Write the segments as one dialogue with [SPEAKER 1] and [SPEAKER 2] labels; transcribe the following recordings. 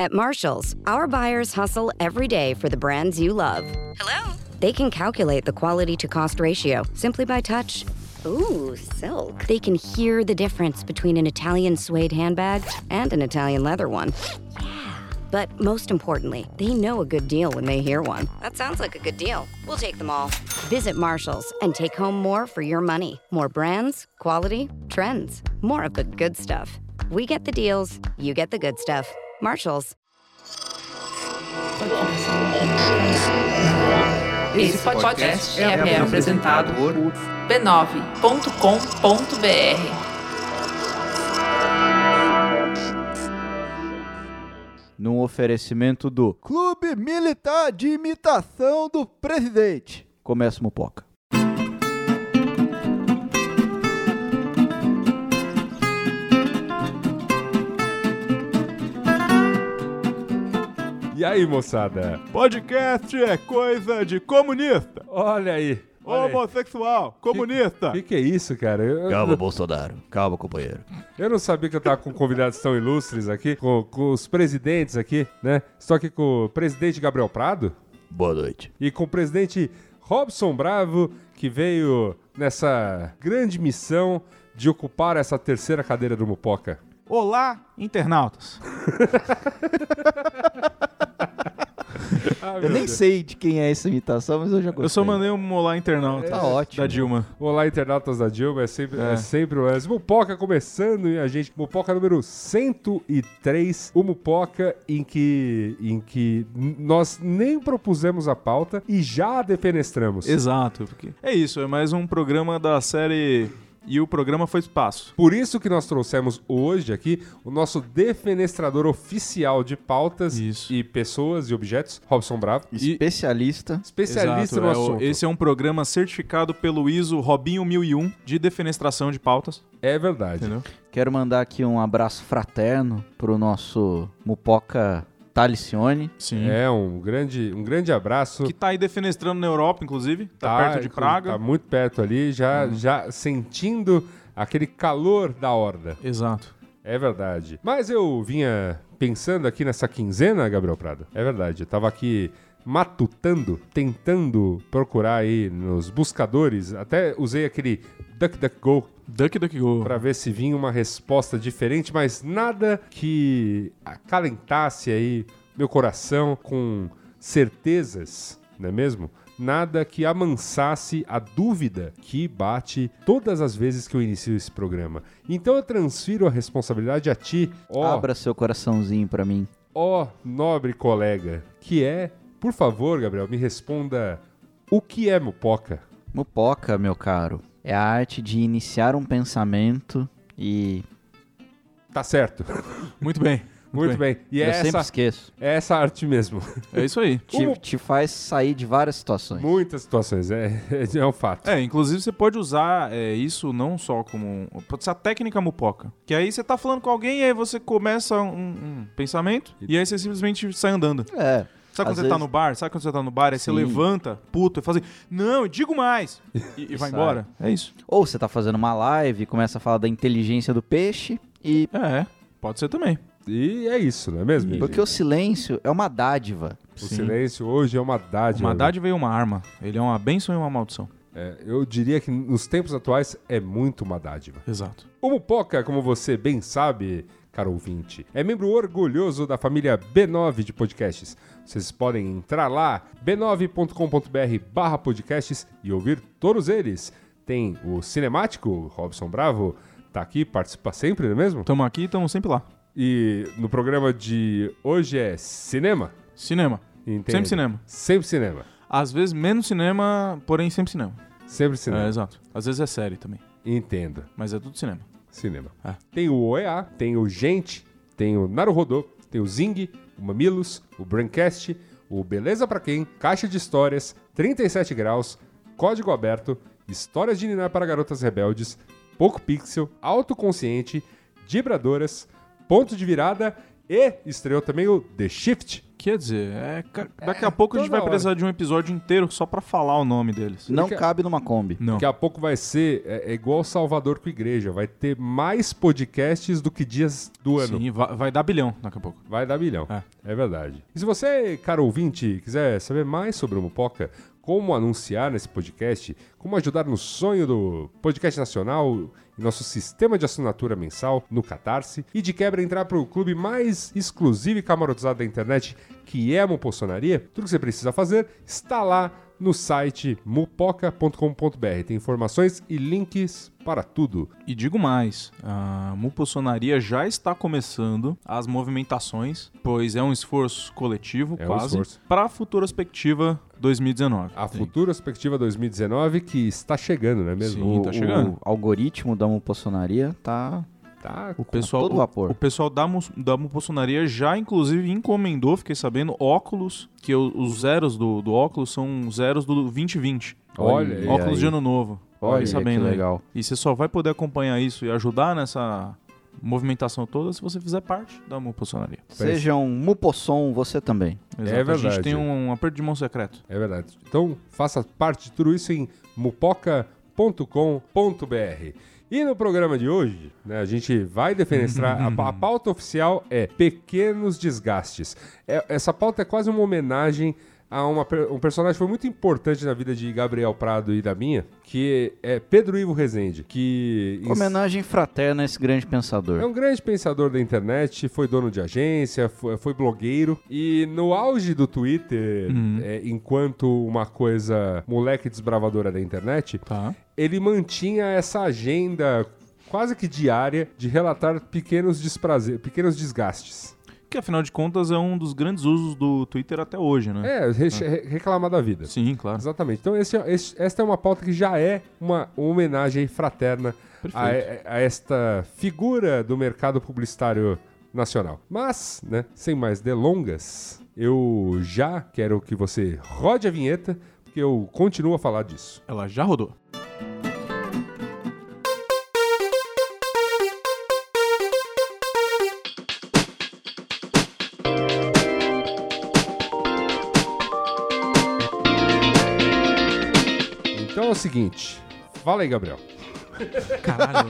[SPEAKER 1] At Marshalls, our buyers hustle every day for the brands you love.
[SPEAKER 2] Hello?
[SPEAKER 1] They can calculate the quality to cost ratio simply by touch.
[SPEAKER 2] Ooh, silk.
[SPEAKER 1] They can hear the difference between an Italian suede handbag and an Italian leather one. But most importantly, they know a good deal when they hear one.
[SPEAKER 2] That sounds like a good deal. We'll take them all.
[SPEAKER 1] Visit Marshalls and take home more for your money. More brands, quality, trends, more of the good stuff. We get the deals, you get the good stuff. Marshalls.
[SPEAKER 3] Esse podcast é apresentado por b9.com.br.
[SPEAKER 4] num oferecimento do
[SPEAKER 5] Clube Militar de Imitação do Presidente.
[SPEAKER 4] Começa Mupoca.
[SPEAKER 6] E aí, moçada? Podcast é coisa de comunista,
[SPEAKER 7] Olha aí. Olha aí.
[SPEAKER 6] homossexual, comunista.
[SPEAKER 7] O que, que é isso, cara? Eu,
[SPEAKER 4] Calma, Bolsonaro. Calma, companheiro.
[SPEAKER 7] eu não sabia que eu tava com convidados tão ilustres aqui, com, com os presidentes aqui, né? Estou aqui com o presidente Gabriel Prado
[SPEAKER 4] Boa noite.
[SPEAKER 7] e com o presidente Robson Bravo, que veio nessa grande missão de ocupar essa terceira cadeira do Mupoca.
[SPEAKER 5] Olá, internautas.
[SPEAKER 4] Eu nem sei de quem é essa imitação, mas eu já gostei.
[SPEAKER 5] Eu só mandei um olá, internauta.
[SPEAKER 4] Tá ótimo.
[SPEAKER 5] Da Dilma.
[SPEAKER 7] Olá, internautas da Dilma, é sempre, é. sempre o Mas Mupoca começando e a gente. Mupoca número 103, o Mupoca em que, em que n- nós nem propusemos a pauta e já a defenestramos.
[SPEAKER 5] Exato. Porque é isso, é mais um programa da série... E o programa foi espaço.
[SPEAKER 7] Por isso que nós trouxemos hoje aqui o nosso defenestrador oficial de pautas
[SPEAKER 5] Isso.
[SPEAKER 7] e pessoas e objetos, Robson Bravo,
[SPEAKER 4] Especialista.
[SPEAKER 7] especialista
[SPEAKER 5] Exato,
[SPEAKER 7] no
[SPEAKER 5] é o-
[SPEAKER 7] assunto.
[SPEAKER 5] Esse é um programa certificado pelo ISO Robinho 1001 de defenestração de pautas.
[SPEAKER 7] É verdade.
[SPEAKER 5] Entendeu?
[SPEAKER 4] Quero mandar aqui um abraço fraterno pro nosso Mupoca Talicione.
[SPEAKER 5] Sim.
[SPEAKER 7] É um grande, um grande abraço.
[SPEAKER 5] Que tá aí defenestrando na Europa, inclusive. Tá, perto de Praga. Hum.
[SPEAKER 7] Tá muito perto ali, já, já sentindo aquele calor da horda.
[SPEAKER 5] Exato.
[SPEAKER 7] É verdade. Mas eu vinha pensando aqui nessa quinzena, Gabriel Prado. É verdade, eu tava aqui matutando, tentando procurar aí nos buscadores, até usei aquele DuckDuckGo
[SPEAKER 5] DuckDuckGo.
[SPEAKER 7] para ver se vinha uma resposta diferente, mas nada que acalentasse aí meu coração com certezas, não é mesmo? Nada que amansasse a dúvida que bate todas as vezes que eu inicio esse programa. Então eu transfiro a responsabilidade a ti, ó,
[SPEAKER 4] Abra seu coraçãozinho pra mim.
[SPEAKER 7] ó nobre colega, que é, por favor, Gabriel, me responda o que é mupoca?
[SPEAKER 4] Mupoca, meu caro, é a arte de iniciar um pensamento e
[SPEAKER 7] Tá certo.
[SPEAKER 5] Muito bem.
[SPEAKER 7] Muito bem. E é
[SPEAKER 4] eu sempre
[SPEAKER 7] essa,
[SPEAKER 4] esqueço.
[SPEAKER 7] é essa arte mesmo.
[SPEAKER 5] É isso aí.
[SPEAKER 4] Te,
[SPEAKER 7] Mu-
[SPEAKER 4] te faz sair de várias situações.
[SPEAKER 7] Muitas situações, é, é um fato.
[SPEAKER 5] É, inclusive você pode usar é, isso não só como. um, Pode ser a técnica mupoca. Que aí você tá falando com alguém e aí você começa um, um pensamento e aí você simplesmente sai andando.
[SPEAKER 4] É. Às
[SPEAKER 5] Sabe quando você
[SPEAKER 4] vezes-
[SPEAKER 5] tá no bar? Sabe quando você tá no bar? Aí você
[SPEAKER 4] Sim.
[SPEAKER 5] levanta, puto, e fala assim: Não, eu digo mais! E, e
[SPEAKER 4] Sai.
[SPEAKER 5] vai embora. É isso.
[SPEAKER 4] Ou você tá fazendo uma live, começa a falar da inteligência do peixe e
[SPEAKER 5] É, é. pode ser também.
[SPEAKER 7] E é isso, não é mesmo?
[SPEAKER 4] Porque o silêncio é uma dádiva.
[SPEAKER 7] O silêncio hoje é uma dádiva.
[SPEAKER 5] Uma dádiva e uma arma. Ele é uma bênção e uma maldição.
[SPEAKER 7] É, eu diria que nos tempos atuais é muito uma dádiva.
[SPEAKER 5] Exato.
[SPEAKER 7] O Mupoca, como você bem sabe, caro ouvinte, é membro orgulhoso da família B9 de podcasts. Vocês podem entrar lá, b9.com.br barra podcasts e ouvir todos eles. Tem o Cinemático, Robson Bravo, tá aqui, participa sempre, não é mesmo?
[SPEAKER 5] Tamo aqui e tamo sempre lá.
[SPEAKER 7] E no programa de hoje é cinema.
[SPEAKER 5] Cinema.
[SPEAKER 7] entende?
[SPEAKER 5] Sempre cinema.
[SPEAKER 7] Sempre cinema.
[SPEAKER 5] Às vezes menos cinema, porém sempre cinema.
[SPEAKER 7] Sempre cinema.
[SPEAKER 5] É, exato. Às vezes é série também.
[SPEAKER 7] Entendo.
[SPEAKER 5] Mas é tudo cinema.
[SPEAKER 7] Cinema.
[SPEAKER 5] Ah.
[SPEAKER 7] Tem o OEA, tem o Gente, tem o Naruhodô, tem o Zing, o Mamilos, o Braincast, o Beleza Pra Quem, Caixa de Histórias, 37 Graus, Código Aberto, Histórias de Ninar para Garotas Rebeldes, Pouco Pixel, Autoconsciente, Dibradoras, Ponto de Virada e estreou também o The Shift,
[SPEAKER 5] Quer dizer, é, ca- daqui a pouco a gente
[SPEAKER 7] toda
[SPEAKER 5] vai
[SPEAKER 7] hora.
[SPEAKER 5] precisar de um episódio inteiro só pra falar o nome deles.
[SPEAKER 4] Não cabe numa Kombi.
[SPEAKER 5] Não.
[SPEAKER 7] Daqui a pouco vai ser é, é igual Salvador com Igreja. Vai ter mais podcasts do que dias do ano.
[SPEAKER 5] Sim, vai, vai dar bilhão daqui a pouco.
[SPEAKER 7] Vai dar bilhão.
[SPEAKER 5] É.
[SPEAKER 7] É. verdade. E se você, caro ouvinte, quiser saber mais sobre o Mupoca, como anunciar nesse podcast, como ajudar no sonho do podcast nacional e nosso sistema de assinatura mensal no Catarse, e de quebra entrar para o clube mais exclusivo e camarotizado da internet, que é a Mupoçonaria, tudo que você precisa fazer está lá no site mupoca.com.br. Tem informações e links para tudo.
[SPEAKER 5] E digo mais, a Mupossonaria já está começando as movimentações, pois é um esforço coletivo,
[SPEAKER 7] É um
[SPEAKER 5] quase,
[SPEAKER 7] esforço.
[SPEAKER 5] para a futura perspectiva 2019.
[SPEAKER 7] A futura perspectiva 2019 que está chegando, não é mesmo?
[SPEAKER 5] Sim, tá chegando.
[SPEAKER 4] O algoritmo da mupoçonaria tá.
[SPEAKER 7] Tá
[SPEAKER 5] O pessoal,
[SPEAKER 4] todo
[SPEAKER 5] o-
[SPEAKER 4] vapor.
[SPEAKER 5] O, pessoal da, mus- da Mupossonaria já, inclusive, encomendou, fiquei sabendo, óculos, que o- os zeros do, do óculos são zeros do 2020.
[SPEAKER 7] Olha aí.
[SPEAKER 5] óculos de ano novo.
[SPEAKER 4] Olha
[SPEAKER 5] Fiquei
[SPEAKER 4] que
[SPEAKER 5] sabendo aí.
[SPEAKER 4] legal.
[SPEAKER 5] E você só vai poder acompanhar isso e ajudar nessa movimentação toda se você fizer parte da Mupossonaria.
[SPEAKER 4] Seja um mupossom você também.
[SPEAKER 5] Exato. A
[SPEAKER 7] É verdade.
[SPEAKER 5] gente tem um aperto de mão secreto.
[SPEAKER 7] É verdade. Então faça parte de tudo isso em mupoca.com.br. E no programa de hoje, né, a gente vai defenestrar. a, pa- a pauta oficial é Pequenos Desgastes. É- essa pauta é quase uma homenagem a uma per- um personagem que foi muito importante na vida de Gabriel Prado e da minha, que é Pedro Ivo Rezende, que em-
[SPEAKER 4] Homenagem fraterna a esse grande pensador.
[SPEAKER 7] é um grande pensador da internet, foi dono de agência, foi, foi blogueiro. E no auge do Twitter,
[SPEAKER 5] Uhum.
[SPEAKER 7] é, enquanto uma coisa moleque desbravadora da internet,
[SPEAKER 5] Tá.
[SPEAKER 7] ele mantinha essa agenda quase que diária de relatar pequenos desprazer, pequenos desgastes.
[SPEAKER 5] Que afinal de contas é um dos grandes usos do Twitter até hoje, né?
[SPEAKER 7] É, re- re- reclamar da vida.
[SPEAKER 5] Sim, claro.
[SPEAKER 7] Exatamente. Então, esse, é- esse- esta é uma pauta que já é uma homenagem fraterna a, a esta figura do mercado publicitário nacional. Mas, né, sem mais delongas, eu já quero que você rode a vinheta, porque eu continuo a falar disso.
[SPEAKER 5] Ela já rodou.
[SPEAKER 7] Então é o seguinte. Fala aí, Gabriel.
[SPEAKER 5] Caralho.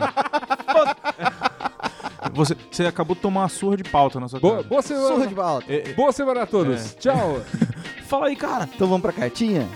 [SPEAKER 5] você, você acabou de tomar uma surra de pauta na sua
[SPEAKER 7] Boa,
[SPEAKER 5] cara.
[SPEAKER 7] boa semana. É,
[SPEAKER 4] Surra de É. balta.
[SPEAKER 7] Boa semana a todos. Tchau.
[SPEAKER 5] Fala aí, cara.
[SPEAKER 4] Então vamos pra cartinha?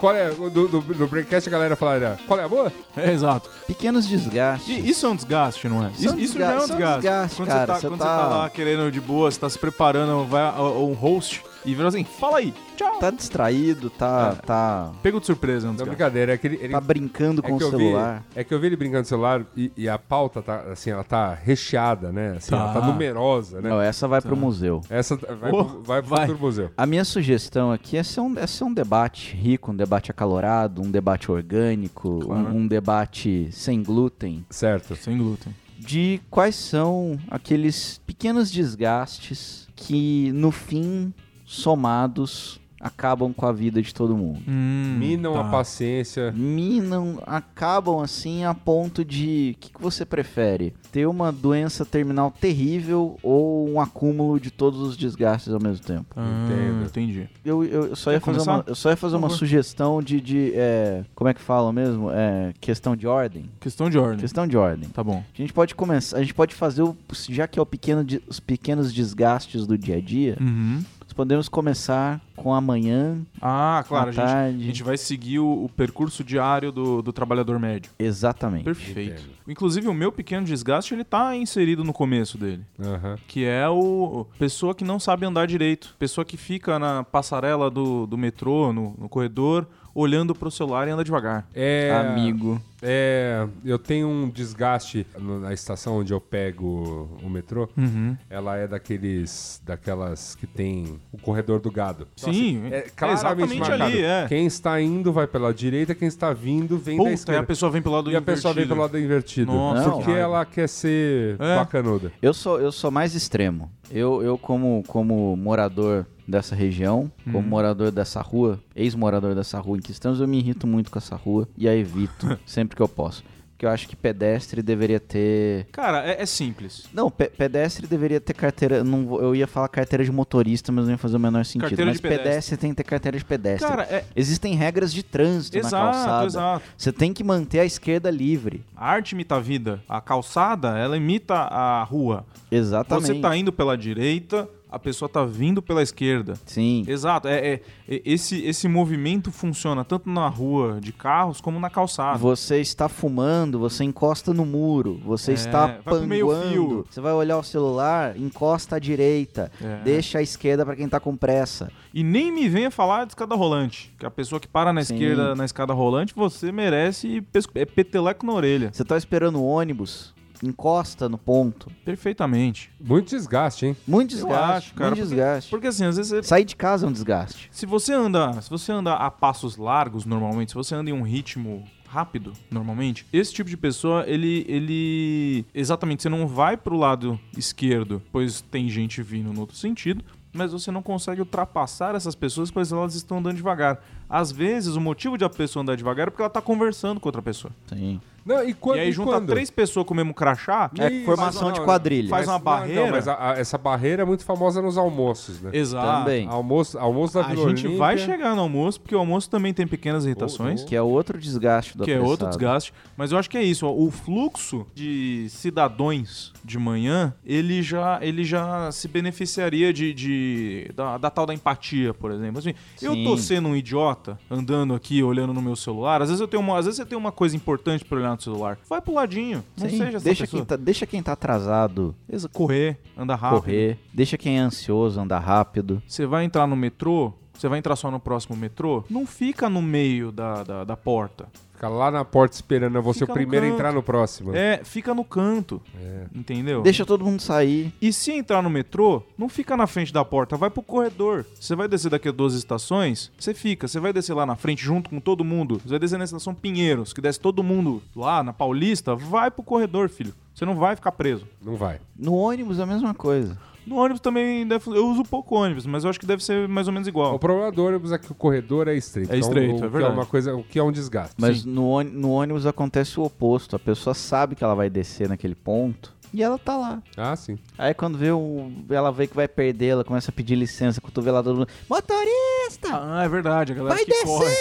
[SPEAKER 7] qual é? No, no, no Breakcast a galera falaria, qual é a boa?
[SPEAKER 5] É, exato.
[SPEAKER 4] Pequenos desgastes.
[SPEAKER 5] I- isso é um desgaste, não é?
[SPEAKER 4] Isso é um desgaste,
[SPEAKER 5] isso já é um
[SPEAKER 4] isso é um
[SPEAKER 5] desgaste.
[SPEAKER 4] desgaste,
[SPEAKER 5] quando
[SPEAKER 4] cara,
[SPEAKER 5] você, tá,
[SPEAKER 4] você
[SPEAKER 5] quando
[SPEAKER 4] tá-
[SPEAKER 5] você tá lá querendo de boa, você tá se preparando, vai a- a- um host e vira assim, fala aí, tchau.
[SPEAKER 4] Tá distraído,
[SPEAKER 7] Ah.
[SPEAKER 4] tá, tá,
[SPEAKER 5] Pego de surpresa, é um
[SPEAKER 7] Não,
[SPEAKER 5] desgaste.
[SPEAKER 7] brincadeira. É que ele, ele-
[SPEAKER 4] tá brincando com
[SPEAKER 7] é que
[SPEAKER 4] o
[SPEAKER 7] eu vi-
[SPEAKER 4] celular.
[SPEAKER 7] é que eu vi ele brincando no celular e, e a pauta tá, assim, ela tá recheada, né? Assim, Ela tá
[SPEAKER 5] Tá.
[SPEAKER 7] numerosa, né?
[SPEAKER 4] Não, é. essa vai pro museu.
[SPEAKER 7] Essa t- vai,
[SPEAKER 5] Oh,
[SPEAKER 7] pro- vai pro
[SPEAKER 5] vai.
[SPEAKER 7] Turmuseu.
[SPEAKER 4] A minha sugestão aqui é ser um, é ser um debate rico, um debate acalorado, um debate orgânico,
[SPEAKER 5] Claro.
[SPEAKER 4] um, um debate sem glúten,
[SPEAKER 7] Certo.
[SPEAKER 5] Sem glúten.
[SPEAKER 4] de quais são aqueles pequenos desgastes que, no fim, somados, acabam com a vida de todo mundo.
[SPEAKER 7] Minam a
[SPEAKER 5] tá.
[SPEAKER 7] paciência.
[SPEAKER 4] minam, acabam assim a ponto de. O que, que você prefere? Ter uma doença terminal terrível ou um acúmulo de todos os desgastes ao mesmo tempo?
[SPEAKER 5] Ah,
[SPEAKER 7] Entendo.
[SPEAKER 5] entendi.
[SPEAKER 4] Eu, eu, eu só, ia
[SPEAKER 5] Quer
[SPEAKER 4] fazer
[SPEAKER 5] começar?
[SPEAKER 4] uma, eu só ia fazer
[SPEAKER 5] Por
[SPEAKER 4] uma
[SPEAKER 5] favor.
[SPEAKER 4] sugestão de. de é, como é que fala mesmo? É, questão de ordem?
[SPEAKER 5] Questão de ordem.
[SPEAKER 4] Questão de ordem.
[SPEAKER 5] Tá bom.
[SPEAKER 4] A gente pode começar. A gente pode fazer o. Já que é o pequeno, de- os pequenos desgastes do dia a dia,
[SPEAKER 5] Uhum.
[SPEAKER 4] nós podemos começar com amanhã,
[SPEAKER 5] Ah, claro,
[SPEAKER 4] à
[SPEAKER 5] a gente,
[SPEAKER 4] tarde.
[SPEAKER 5] a gente vai seguir o, o percurso diário do, do trabalhador médio.
[SPEAKER 4] Exatamente.
[SPEAKER 5] Perfeito. Inclusive, o meu pequeno desgaste, ele tá inserido no começo dele.
[SPEAKER 7] Aham.
[SPEAKER 5] Que é o pessoa que não sabe andar direito. Pessoa que fica na passarela do, do metrô, no, no corredor, olhando pro celular e anda devagar.
[SPEAKER 7] É,
[SPEAKER 4] Amigo.
[SPEAKER 7] É, eu tenho um desgaste no- na estação onde eu pego o metrô.
[SPEAKER 5] Uhum.
[SPEAKER 7] Ela é daqueles, daquelas que tem o corredor do gado. Então,
[SPEAKER 5] Sim,
[SPEAKER 7] assim,
[SPEAKER 5] é
[SPEAKER 7] é claramente
[SPEAKER 5] exatamente
[SPEAKER 7] marcado.
[SPEAKER 5] ali, é.
[SPEAKER 7] Quem está indo vai pela direita, quem está vindo vem da
[SPEAKER 5] Puta, e
[SPEAKER 7] esquerda.
[SPEAKER 5] a pessoa vem pelo lado
[SPEAKER 7] E a pessoa vem
[SPEAKER 5] invertido.
[SPEAKER 7] pelo lado invertido.
[SPEAKER 5] Nossa,
[SPEAKER 4] Não.
[SPEAKER 7] porque
[SPEAKER 5] cara.
[SPEAKER 7] ela quer ser
[SPEAKER 5] É.
[SPEAKER 7] bacanuda.
[SPEAKER 4] Eu sou, eu sou mais extremo. Eu, eu como, como morador dessa região,
[SPEAKER 5] Hum.
[SPEAKER 4] como morador dessa rua, ex-morador dessa rua em que estamos, eu me irrito muito com essa rua e a evito sempre que eu posso. que eu acho que pedestre deveria ter.
[SPEAKER 5] Cara, é, é simples.
[SPEAKER 4] Não, pe- pedestre deveria ter carteira. Não, vou- eu ia falar carteira de motorista, mas não ia fazer o menor sentido.
[SPEAKER 5] Carteira
[SPEAKER 4] mas
[SPEAKER 5] de
[SPEAKER 4] pedestre. tem que ter carteira de pedestre.
[SPEAKER 5] Cara, é.
[SPEAKER 4] Existem regras de trânsito na
[SPEAKER 5] Exato,
[SPEAKER 4] calçada.
[SPEAKER 5] exato.
[SPEAKER 4] Você tem que manter a esquerda livre.
[SPEAKER 5] A arte imita a vida. A calçada, ela imita a rua.
[SPEAKER 4] Exatamente.
[SPEAKER 5] Você tá indo pela direita, a pessoa tá vindo pela esquerda.
[SPEAKER 4] Sim.
[SPEAKER 5] Exato. É, é- é- esse, esse movimento funciona tanto na rua de carros como na calçada.
[SPEAKER 4] Você está fumando, você encosta no muro, você
[SPEAKER 5] É,
[SPEAKER 4] está
[SPEAKER 5] vai pro meio fio.
[SPEAKER 4] panguando, você vai olhar o celular, encosta à direita,
[SPEAKER 5] É.
[SPEAKER 4] deixa à esquerda para quem tá com pressa.
[SPEAKER 5] E nem me venha falar de escada rolante. Que a pessoa que para na
[SPEAKER 4] Sim.
[SPEAKER 5] esquerda na escada rolante, você merece pes- é peteleco na orelha.
[SPEAKER 4] Você tá esperando o ônibus, encosta no ponto.
[SPEAKER 5] Perfeitamente.
[SPEAKER 7] Muito desgaste, hein?
[SPEAKER 4] Muito
[SPEAKER 5] Eu
[SPEAKER 4] desgaste,
[SPEAKER 5] acho, cara,
[SPEAKER 4] muito
[SPEAKER 5] porque-
[SPEAKER 4] desgaste.
[SPEAKER 5] Porque assim, às vezes você
[SPEAKER 4] Sair de casa é um desgaste.
[SPEAKER 5] Se você anda, se você anda a passos largos normalmente, se você anda em um ritmo rápido normalmente, esse tipo de pessoa, ele ele exatamente você não vai pro lado esquerdo, pois tem gente vindo no outro sentido. Mas você não consegue ultrapassar essas pessoas, pois elas estão andando devagar. Às vezes, o motivo de a pessoa andar devagar é porque ela tá conversando com outra pessoa.
[SPEAKER 4] Sim.
[SPEAKER 7] Não, e quando,
[SPEAKER 5] e aí junta
[SPEAKER 7] quando?
[SPEAKER 5] três pessoas com o mesmo crachá.
[SPEAKER 4] É
[SPEAKER 7] Ih,
[SPEAKER 4] formação
[SPEAKER 7] mas-
[SPEAKER 4] de quadrilha.
[SPEAKER 5] Faz uma barreira.
[SPEAKER 7] mas a- a- essa barreira é muito famosa nos almoços, né?
[SPEAKER 5] Exato.
[SPEAKER 4] Também.
[SPEAKER 7] Almoço, almoço da
[SPEAKER 5] A
[SPEAKER 7] Vila
[SPEAKER 5] gente vai
[SPEAKER 7] Olímpia.
[SPEAKER 5] chegar no almoço, porque o almoço também tem pequenas irritações.
[SPEAKER 4] Que é outro desgaste do
[SPEAKER 5] que é outro
[SPEAKER 4] apressado.
[SPEAKER 5] desgaste. Mas eu acho que é isso. ó. O fluxo de cidadãos de manhã, ele já, ele já se beneficiaria de, de- da, da tal da empatia, por exemplo. Assim, eu tô
[SPEAKER 4] Sim.
[SPEAKER 5] sendo um idiota andando aqui, olhando no meu celular. Às vezes eu tenho uma, às vezes eu tenho uma coisa importante pra olhar no celular. Vai pro ladinho. Não
[SPEAKER 4] Sim,
[SPEAKER 5] seja essa
[SPEAKER 4] deixa
[SPEAKER 5] pessoa.
[SPEAKER 4] quem, tá, deixa quem tá atrasado
[SPEAKER 5] Exa- Correr, andar rápido.
[SPEAKER 4] correr, deixa quem é ansioso andar rápido.
[SPEAKER 5] Você vai entrar no metrô, você vai entrar só no próximo metrô, não fica no meio da, da, da porta.
[SPEAKER 7] Fica lá na porta esperando a você
[SPEAKER 5] Fica
[SPEAKER 7] o
[SPEAKER 5] no
[SPEAKER 7] primeiro a
[SPEAKER 5] canto.
[SPEAKER 7] entrar no próximo.
[SPEAKER 5] É, fica no canto.
[SPEAKER 4] É.
[SPEAKER 5] Entendeu?
[SPEAKER 4] Deixa todo mundo sair.
[SPEAKER 5] E se entrar no metrô, não fica na frente da porta, vai pro corredor. Você vai descer daqui a duas estações, você fica, você vai descer lá na frente junto com todo mundo. Você vai descer na estação Pinheiros, que desce todo mundo lá na Paulista, vai pro corredor, filho. Você não vai ficar preso.
[SPEAKER 7] Não vai.
[SPEAKER 4] No ônibus é a mesma coisa.
[SPEAKER 5] No ônibus também deve, eu uso pouco ônibus, mas eu acho que deve ser mais ou menos
[SPEAKER 7] O
[SPEAKER 5] igual.
[SPEAKER 7] problema do ônibus é que o corredor é estreito.
[SPEAKER 5] É
[SPEAKER 7] Então,
[SPEAKER 5] estreito,
[SPEAKER 7] o, que
[SPEAKER 5] é verdade.
[SPEAKER 7] uma coisa, o que é um desgaste.
[SPEAKER 4] Mas
[SPEAKER 5] Sim.
[SPEAKER 4] no, ôni- no ônibus acontece o oposto. A pessoa sabe que ela vai descer naquele ponto e ela tá lá.
[SPEAKER 7] Ah, sim.
[SPEAKER 4] Aí quando vê o, ela vê que vai perder, ela começa a pedir licença, cotovelada todo mundo. Motorista!
[SPEAKER 5] Ah, é verdade, a galera
[SPEAKER 4] Vai
[SPEAKER 5] que corre.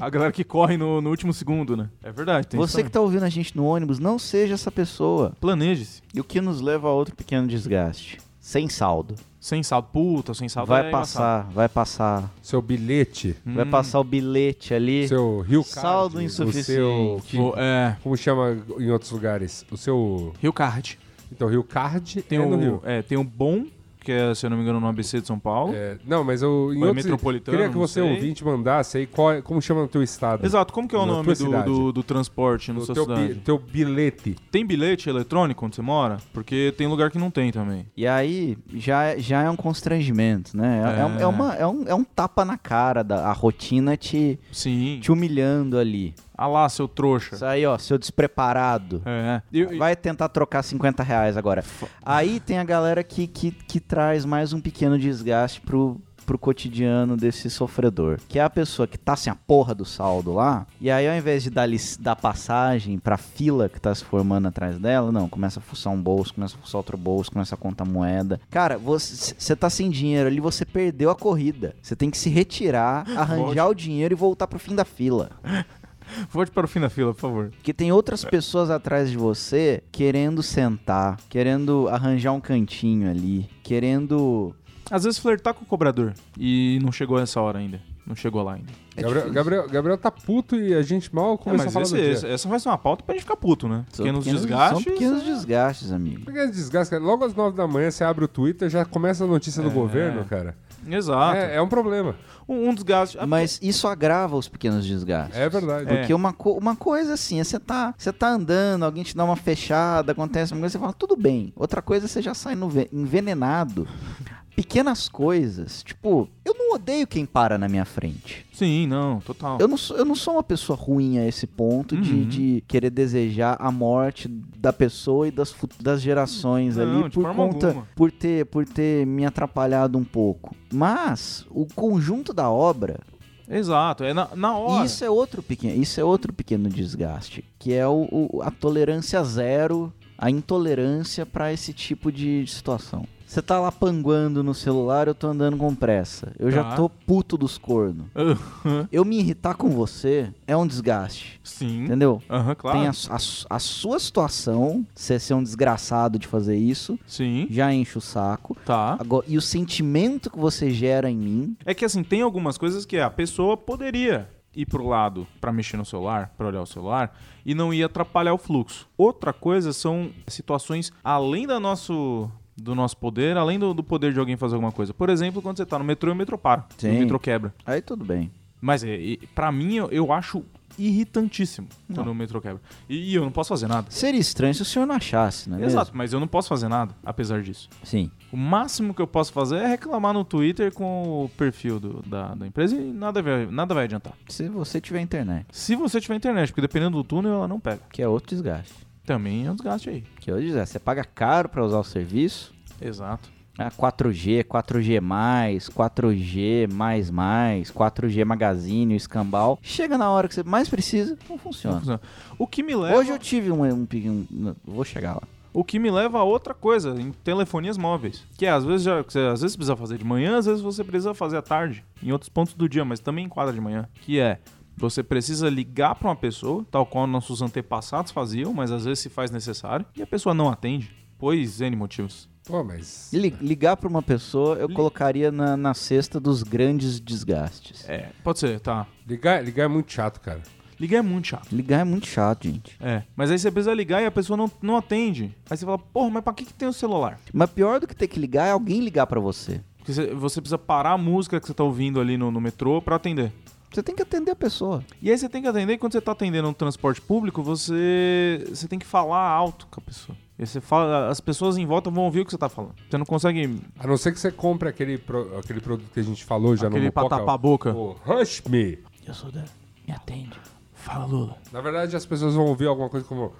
[SPEAKER 5] A galera que corre no, no último segundo, né? É verdade, tem
[SPEAKER 4] Você que tá ouvindo a gente no ônibus, não seja essa pessoa.
[SPEAKER 5] Planeje-se.
[SPEAKER 4] E o que nos leva a outro pequeno desgaste. Sem saldo.
[SPEAKER 5] Sem saldo. Puta, sem saldo
[SPEAKER 4] vai
[SPEAKER 5] é
[SPEAKER 4] passar, vai passar.
[SPEAKER 7] Seu bilhete,
[SPEAKER 5] Hum.
[SPEAKER 4] Vai passar o bilhete ali.
[SPEAKER 7] seu Rio
[SPEAKER 4] Saldo
[SPEAKER 7] O seu,
[SPEAKER 4] insuficiente.
[SPEAKER 7] que-
[SPEAKER 5] embaçado. Vou- É,
[SPEAKER 7] como chama em outros lugares? O seu.
[SPEAKER 5] Rio Card.
[SPEAKER 7] Então, Rio Card
[SPEAKER 5] Tem
[SPEAKER 7] é
[SPEAKER 5] o,
[SPEAKER 7] no Rio.
[SPEAKER 5] É, tem o Bom, que é, se eu não me engano, no ABC de São Paulo.
[SPEAKER 7] É, não, mas eu em
[SPEAKER 5] Ou é
[SPEAKER 7] outros-
[SPEAKER 5] metropolitano,
[SPEAKER 7] queria que
[SPEAKER 5] não
[SPEAKER 7] você
[SPEAKER 5] sei.
[SPEAKER 7] ouvinte mandasse aí qual é- como chama no teu estado.
[SPEAKER 5] Exato, como que é o
[SPEAKER 7] Na
[SPEAKER 5] nome
[SPEAKER 7] tua
[SPEAKER 5] do,
[SPEAKER 7] cidade.
[SPEAKER 5] do, do transporte na
[SPEAKER 7] O
[SPEAKER 5] sua
[SPEAKER 7] teu, bi-
[SPEAKER 5] cidade?
[SPEAKER 7] teu bilhete.
[SPEAKER 5] Tem bilhete eletrônico onde você mora? Porque tem lugar que não tem também.
[SPEAKER 4] E aí já, já é um constrangimento, né? É, é um- é uma, é, um, é um tapa na cara. Da, a rotina te,
[SPEAKER 5] Sim.
[SPEAKER 4] te humilhando ali.
[SPEAKER 5] Ah lá, seu trouxa.
[SPEAKER 4] Isso aí, ó, seu despreparado.
[SPEAKER 5] É. Eu- eu-
[SPEAKER 4] Vai tentar trocar 50 reais agora. Aí tem a galera que, que, que traz mais um pequeno desgaste pro, pro cotidiano desse sofredor. Que é a pessoa que tá sem a porra do saldo lá, e aí ao invés de dar, lic- dar passagem pra fila que tá se formando atrás dela, não, começa a fuçar um bolso, começa a fuçar outro bolso, começa a contar moeda. Cara, você você tá sem dinheiro ali, você perdeu a corrida. Você tem que se retirar, arranjar o dinheiro e voltar pro fim da fila.
[SPEAKER 5] Volte para o fim da fila, por favor.
[SPEAKER 4] Porque tem outras
[SPEAKER 5] É.
[SPEAKER 4] pessoas atrás de você querendo sentar, querendo arranjar um cantinho ali, querendo.
[SPEAKER 5] Às vezes flertar com o cobrador. E não chegou essa hora ainda. Não chegou lá ainda.
[SPEAKER 7] Gabriel, Gabriel, Gabriel tá puto e a gente mal
[SPEAKER 5] É,
[SPEAKER 7] começou a
[SPEAKER 5] mas
[SPEAKER 7] falar
[SPEAKER 5] esse-
[SPEAKER 7] do dia.
[SPEAKER 5] esse- essa vai ser uma pauta pra gente ficar puto, né? Pequenos
[SPEAKER 4] São
[SPEAKER 5] desgastes. né?
[SPEAKER 4] pequenos desgastes, amigo.
[SPEAKER 7] Porque é desgaste, cara. Logo às 9 da manhã você abre o Twitter, já começa a notícia
[SPEAKER 5] É.
[SPEAKER 7] do governo, cara.
[SPEAKER 5] Exato.
[SPEAKER 7] É, é um problema.
[SPEAKER 5] Um, um desgaste. Ah,
[SPEAKER 4] Mas isso agrava os pequenos desgastes.
[SPEAKER 7] É verdade.
[SPEAKER 5] É.
[SPEAKER 4] Porque uma, co- uma coisa assim, é você tá, você tá andando, alguém te dá uma fechada, acontece uma coisa, você fala, tudo bem. Outra coisa, é você já sai no ve- envenenado. Pequenas coisas, tipo, eu não odeio quem para na minha frente.
[SPEAKER 5] Sim, não, total.
[SPEAKER 4] Eu não, sou, eu não sou uma pessoa ruim a esse ponto de,
[SPEAKER 5] Uhum.
[SPEAKER 4] de querer desejar a morte da pessoa e das, fu- das gerações
[SPEAKER 5] Não,
[SPEAKER 4] ali
[SPEAKER 5] de
[SPEAKER 4] por
[SPEAKER 5] forma
[SPEAKER 4] conta
[SPEAKER 5] alguma.
[SPEAKER 4] por ter por ter me atrapalhado um pouco. Mas o conjunto da obra
[SPEAKER 5] Exato, é na, na hora.
[SPEAKER 4] E isso é outro pequeno, isso é outro pequeno desgaste, que é o, o- a tolerância zero, a intolerância pra esse tipo de situação. Você tá lá panguando no celular, eu tô andando com pressa. Eu já
[SPEAKER 5] Tá.
[SPEAKER 4] tô puto dos cornos. Eu me irritar com você é um desgaste,
[SPEAKER 5] Sim.
[SPEAKER 4] entendeu?
[SPEAKER 5] Aham, claro.
[SPEAKER 4] Tem a, su- a su- a sua situação, você ser um desgraçado de fazer isso,
[SPEAKER 5] Sim.
[SPEAKER 4] já enche o saco.
[SPEAKER 5] Tá.
[SPEAKER 4] Agora- e o sentimento que você gera em mim,
[SPEAKER 5] É que assim, tem algumas coisas que a pessoa poderia ir pro lado pra mexer no celular, pra olhar o celular e não ia atrapalhar o fluxo. Outra coisa são situações além da nosso do nosso poder, além do, do poder de alguém fazer alguma coisa. Por exemplo, quando você tá no metrô e o metrô para, e
[SPEAKER 4] Sim.
[SPEAKER 5] o metrô quebra.
[SPEAKER 4] aí tudo bem.
[SPEAKER 5] Mas é, e- pra mim eu, eu acho irritantíssimo quando o metrô quebra. E, e eu não posso fazer nada.
[SPEAKER 4] Seria estranho se o senhor não achasse, não é
[SPEAKER 5] Exato, mas eu não posso fazer nada apesar disso.
[SPEAKER 4] mesmo? Sim.
[SPEAKER 5] O máximo que eu posso fazer é reclamar no Twitter com o perfil do- da, da empresa e nada vai, nada vai adiantar.
[SPEAKER 4] Se você tiver internet,
[SPEAKER 5] Se você tiver internet, porque dependendo do túnel ela não pega.
[SPEAKER 4] que é outro desgaste.
[SPEAKER 5] Também é um desgaste aí.
[SPEAKER 4] Que hoje é, você paga caro pra usar o serviço.
[SPEAKER 5] Exato.
[SPEAKER 4] Ah, 4G, 4G+, 4G++, 4G Magazine, o escambau. Chega na hora que você mais precisa, não funciona.
[SPEAKER 5] O que me leva,
[SPEAKER 4] Hoje eu tive um... um, um- um- vou chegar lá.
[SPEAKER 5] o que me leva a outra coisa, em telefonias móveis, que é, às vezes já, você- às vezes precisa fazer de manhã, às vezes você precisa fazer à tarde, em outros pontos do dia, mas também enquadra de manhã, que é você precisa ligar pra uma pessoa, tal qual nossos antepassados faziam, mas às vezes se faz necessário, e a pessoa não atende, pois N motivos.
[SPEAKER 7] Pô, mas.
[SPEAKER 4] Li- ligar pra uma pessoa, eu colocaria na, na cesta dos grandes desgastes.
[SPEAKER 5] É, pode ser, tá.
[SPEAKER 7] Ligar, ligar é muito chato, cara.
[SPEAKER 5] Ligar é muito chato.
[SPEAKER 4] Ligar é muito chato, gente.
[SPEAKER 5] É, mas aí você precisa ligar e a pessoa não, não atende. Aí você fala, porra, mas pra que, que tem o celular?
[SPEAKER 4] Mas pior do que ter que ligar é alguém ligar pra você.
[SPEAKER 5] Porque você, você precisa parar a música que você tá ouvindo ali no, no metrô pra atender.
[SPEAKER 4] Você tem que atender a pessoa.
[SPEAKER 5] E aí você tem que atender, e quando você tá atendendo um transporte público, você, você tem que falar alto com a pessoa. E aí você fala, as pessoas em volta vão ouvir o que você tá falando. Você não consegue.
[SPEAKER 7] A não ser que você compre aquele, pro- aquele produto que a gente falou já
[SPEAKER 5] Aquele
[SPEAKER 7] no
[SPEAKER 5] pra
[SPEAKER 7] Mopoca,
[SPEAKER 5] tapar a boca.
[SPEAKER 7] O Rush Me.
[SPEAKER 4] Eu sou da... Me atende.
[SPEAKER 5] Fala, Lula.
[SPEAKER 7] Na verdade, as pessoas vão ouvir alguma coisa como.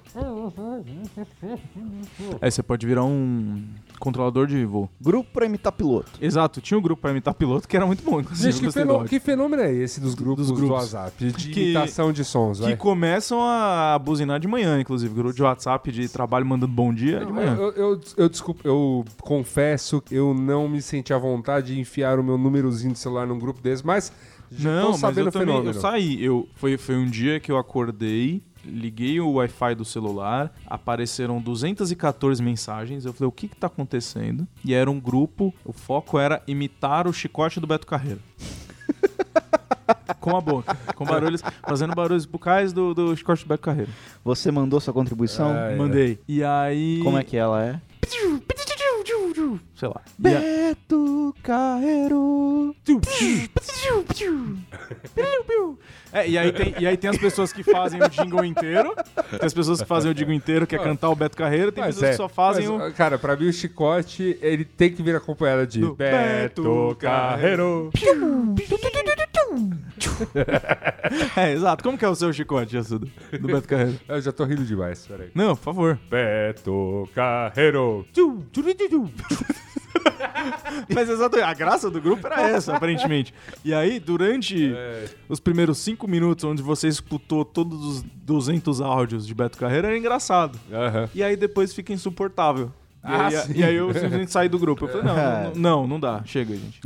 [SPEAKER 5] Aí É, você pode virar um controlador de voo.
[SPEAKER 4] Grupo pra imitar piloto.
[SPEAKER 5] Exato, tinha um grupo pra imitar piloto que era muito bom. inclusive,
[SPEAKER 7] Gente, que,
[SPEAKER 5] eu gostei
[SPEAKER 7] fenô-
[SPEAKER 5] do áudio.
[SPEAKER 7] que fenômeno é esse dos grupos,
[SPEAKER 5] Dos grupos.
[SPEAKER 7] do WhatsApp? De
[SPEAKER 5] Que-
[SPEAKER 7] imitação de sons,
[SPEAKER 5] Que
[SPEAKER 7] vai.
[SPEAKER 5] começam a buzinar de manhã, inclusive. Grupo de WhatsApp de trabalho mandando bom dia é de manhã.
[SPEAKER 7] Eu, eu, eu, desculpa, eu confesso que eu não me senti à vontade de enfiar o meu númerozinho de celular num grupo desse, mas já tô
[SPEAKER 5] Não, mas
[SPEAKER 7] sabendo
[SPEAKER 5] eu
[SPEAKER 7] o
[SPEAKER 5] também
[SPEAKER 7] fenômeno.
[SPEAKER 5] eu saí. Eu, foi, foi um dia que eu acordei, liguei o Wi-Fi do celular, apareceram 214 mensagens. Eu falei, o que que tá acontecendo? E era um grupo, o foco era imitar o chicote do Beto Carreiro. com a boca, com barulhos, fazendo barulhos bucais do, do chicote do Beto Carreiro.
[SPEAKER 4] Você mandou sua contribuição?
[SPEAKER 7] É,
[SPEAKER 5] Mandei. E aí.
[SPEAKER 4] Como é que ela é?
[SPEAKER 5] Sei lá. E a-
[SPEAKER 4] Beto Carreiro.
[SPEAKER 5] É, e aí, tem, e aí tem as pessoas que fazem o jingle inteiro. Tem as pessoas que fazem o jingle inteiro, que é cantar o Beto Carreiro. Tem
[SPEAKER 7] Mas
[SPEAKER 5] pessoas
[SPEAKER 7] é,
[SPEAKER 5] que só fazem um-
[SPEAKER 7] mas,
[SPEAKER 5] o.
[SPEAKER 7] Cara, pra mim o chicote, ele tem que vir acompanhado de
[SPEAKER 5] Do
[SPEAKER 7] Beto
[SPEAKER 5] Beto
[SPEAKER 7] Carreiro.
[SPEAKER 5] É, exato. Como que é o seu chicote, Assuda? Do Beto Carreiro.
[SPEAKER 7] Eu já tô rindo demais, peraí.
[SPEAKER 5] Não, por favor.
[SPEAKER 7] Beto Carreiro.
[SPEAKER 5] Mas exato, a graça do grupo era essa, aparentemente. E aí, durante
[SPEAKER 7] É.
[SPEAKER 5] os primeiros cinco minutos, onde você escutou todos os 200 áudios de Beto Carreiro, era engraçado.
[SPEAKER 7] Aham.
[SPEAKER 5] E aí depois fica insuportável. E,
[SPEAKER 7] Ah,
[SPEAKER 5] aí,
[SPEAKER 7] sim.
[SPEAKER 5] e aí eu simplesmente saí do grupo. Eu falei,
[SPEAKER 4] É.
[SPEAKER 5] não, não, não, não dá. Chega, gente.